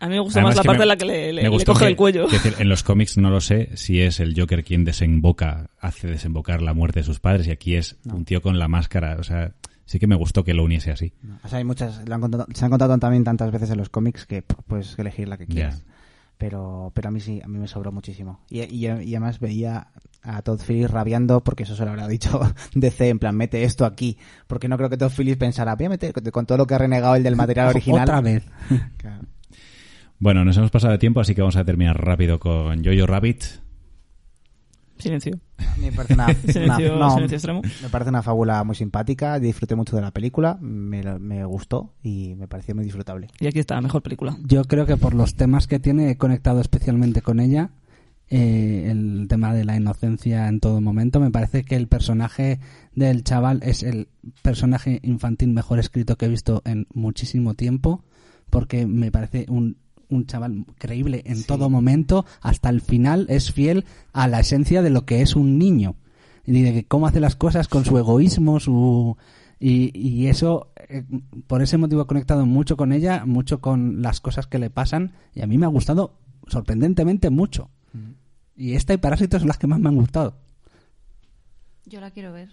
D: A mí me gusta
A: Además
D: más la
A: que
D: parte
A: me-
D: en la que le, le-
A: me
D: le
A: gustó
D: coge
A: que-
D: el cuello.
A: que decir, en los cómics no lo sé si es el Joker quien desemboca, hace desembocar la muerte de sus padres y aquí es un tío con la máscara. O sea, sí que me gustó que lo uniese así.
E: O sea, hay muchas, lo han contado- se han contado también tantas veces en los cómics que p- puedes elegir la que
A: Ya.
E: quieras. Pero, pero a mí sí, a mí me sobró muchísimo. Y, y- y además veía a Todd Phillips rabiando porque eso se lo habrá dicho DC, en plan, mete esto aquí. Porque no creo que Todd Phillips pensara, voy a meter con todo lo que ha renegado el del material original.
F: Otra vez.
E: Claro.
A: Bueno, nos hemos pasado de tiempo, así que vamos a terminar rápido con Jojo Rabbit.
D: Silencio.
E: Me parece una,
D: Silencio,
E: una- no,
D: silencio extremo.
E: me parece una fábula muy simpática, disfruté mucho de la película, me, lo- me gustó y me pareció muy disfrutable.
D: Y aquí está la mejor película.
F: Yo creo que por los temas que tiene he conectado especialmente con ella. eh, el tema de la inocencia en todo momento. Me parece que el personaje del chaval es el personaje infantil mejor escrito que he visto en muchísimo tiempo. Porque me parece un, un chaval creíble en todo momento. Hasta el final es fiel a la esencia de lo que es un niño. Y de que cómo hace las cosas con su egoísmo, su... Y, y eso, eh, por ese motivo he conectado mucho con ella, mucho con las cosas que le pasan, y a mí me ha gustado sorprendentemente mucho. Y esta y Parásitos son las que más me han gustado.
B: Yo la quiero ver.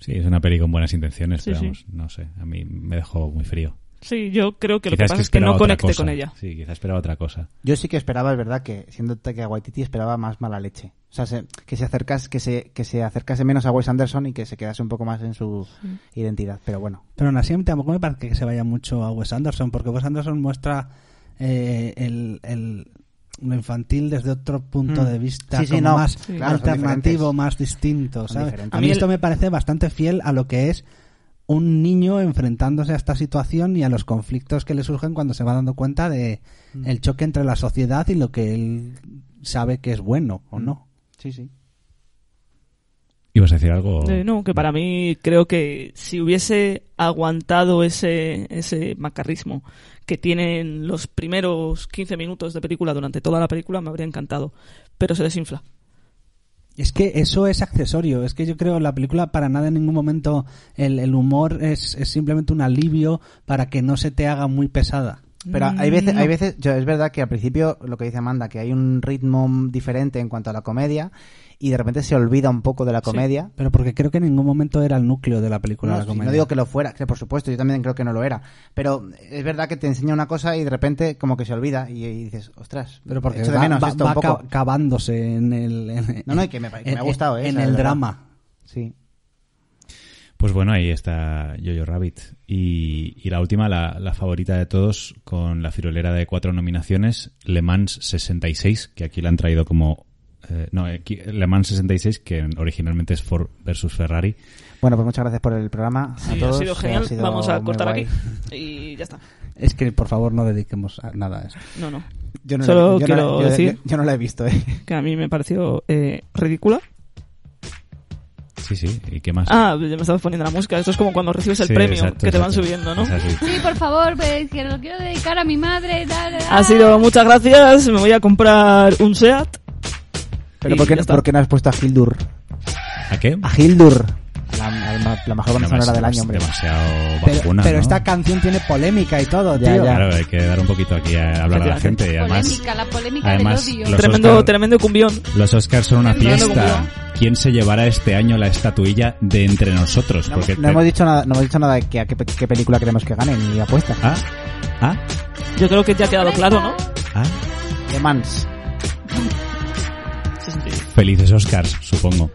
A: Sí, es una peli con buenas intenciones,
D: Sí,
A: pero
D: sí.
A: vamos, no sé, a mí me dejó muy frío.
D: Sí, yo creo que
A: Quizás
D: lo que pasa es que
A: esperaba
D: no
A: otra
D: conecté
A: cosa.
D: con ella.
A: Sí, quizás esperaba otra cosa.
E: Yo sí que esperaba, es verdad, que siendo Taika Waititi esperaba más mala leche. O sea, se- que, se acercase, que, se, que se acercase menos a Wes Anderson y que se quedase un poco más en su identidad. Pero bueno,
F: Pero aún así a mí tampoco me parece que se vaya mucho a Wes Anderson, porque Wes Anderson muestra eh, el, el- lo infantil desde otro punto
E: Mm.
F: de vista
E: Sí, sí,
F: como
E: no.
F: más
E: Sí. Claro, son
F: alternativo,
E: diferentes.
F: más
E: Son
F: distinto. ¿sabes?
E: diferentes.
F: A
D: A
F: mí
D: mí
F: esto
D: el-
F: me parece bastante fiel a lo que es un niño enfrentándose a esta situación y a los conflictos que le surgen cuando se va dando cuenta de
E: Mm.
F: el choque entre la sociedad y lo que él sabe que es bueno
E: Mm.
F: o no.
E: sí, sí.
A: ¿Ibas a decir algo?
D: Eh, no, que para mí creo que si hubiese aguantado ese, ese macarrismo que tienen los primeros 15 minutos de película durante toda la película, me habría encantado. Pero se desinfla.
F: Es que eso es accesorio. Es que yo creo la película para nada en ningún momento el, el humor es, es simplemente un alivio para que no se te haga muy pesada.
E: Pero hay veces, hay veces yo, es verdad que al principio lo que dice Amanda, que hay un ritmo diferente en cuanto a la comedia y de repente se olvida un poco de la comedia.
F: Pero porque creo que en ningún momento era el núcleo de la película.
E: No,
F: la
E: sí,
F: comedia.
E: no digo que lo fuera, que por supuesto, yo también creo que no lo era. Pero es verdad que te enseña una cosa y de repente como que se olvida y, y dices, ostras,
F: Pero porque
E: echo de
F: va,
E: menos
F: va-
E: esto
F: va
E: un poco.
F: ca- cavándose en el. en-
E: No, no, y que me- que me ha
F: en-
E: gustado, ¿eh?
F: En
E: O sea, de
F: el
E: verdad.
F: drama.
E: Sí.
A: Pues bueno, ahí está Jojo Rabbit. Y, y la última, la, la favorita de todos, con la firolera de cuatro nominaciones, Le Mans 66, que aquí la han traído como... eh, no, aquí- Le Mans 66, que originalmente es Ford versus Ferrari.
E: Bueno, pues muchas gracias por el programa. a
D: Sí,
E: todos.
D: ha sido
E: que
D: genial.
E: ha sido
D: Vamos a
E: muy
D: cortar
E: guay.
D: aquí. Y ya está.
F: Es que por favor no dediquemos a nada a eso.
D: No, no.
E: Yo no
D: Solo
E: la- yo no la-
D: quiero
E: yo- yo-
D: decir-
E: yo no la he visto, ¿eh?
D: Que a mí me pareció eh, ridícula.
A: Sí, sí, ¿y qué más?
D: Ah, ya me estabas poniendo la música. Esto es como cuando recibes el
A: Sí,
D: premio,
A: exacto,
D: que te van
A: exacto.
D: subiendo, ¿no?
A: Es así.
B: Sí, por favor, pues, que lo quiero dedicar a mi madre y tal. tal,
D: Ha sido muchas gracias. Me voy a comprar un SEAT.
E: Pero
D: Y
E: ¿por qué,
D: ya está.
E: por qué no has puesto a Hildur?
A: ¿A qué?
E: A Hildur. La, la- la- Ah, la mejor banda sonora del año, hombre.
A: demasiado
F: Pero,
A: vacuna,
F: pero
A: ¿no?
F: esta canción tiene polémica y todo,
E: Ya,
F: tío.
E: ya.
A: Claro, hay que dar un poquito aquí a hablar a la gente. Y además,
B: polémica, la polémica
A: además
B: del odio.
A: los,
D: Tremendo,
A: Oscar-
D: tremendo cumbión.
A: los Oscars son una
B: Tremendo
A: fiesta. ¿Quién se llevará este año la estatuilla de entre nosotros? Porque
E: No
A: te-
E: hemos dicho nada, no hemos dicho nada de que, a qué, pe- qué película queremos que gane ni apuesta.
A: Ah, ah,
D: Yo creo que ya ha quedado claro, ¿no?
A: ah.
E: The Mans.
A: Felices Oscars, supongo.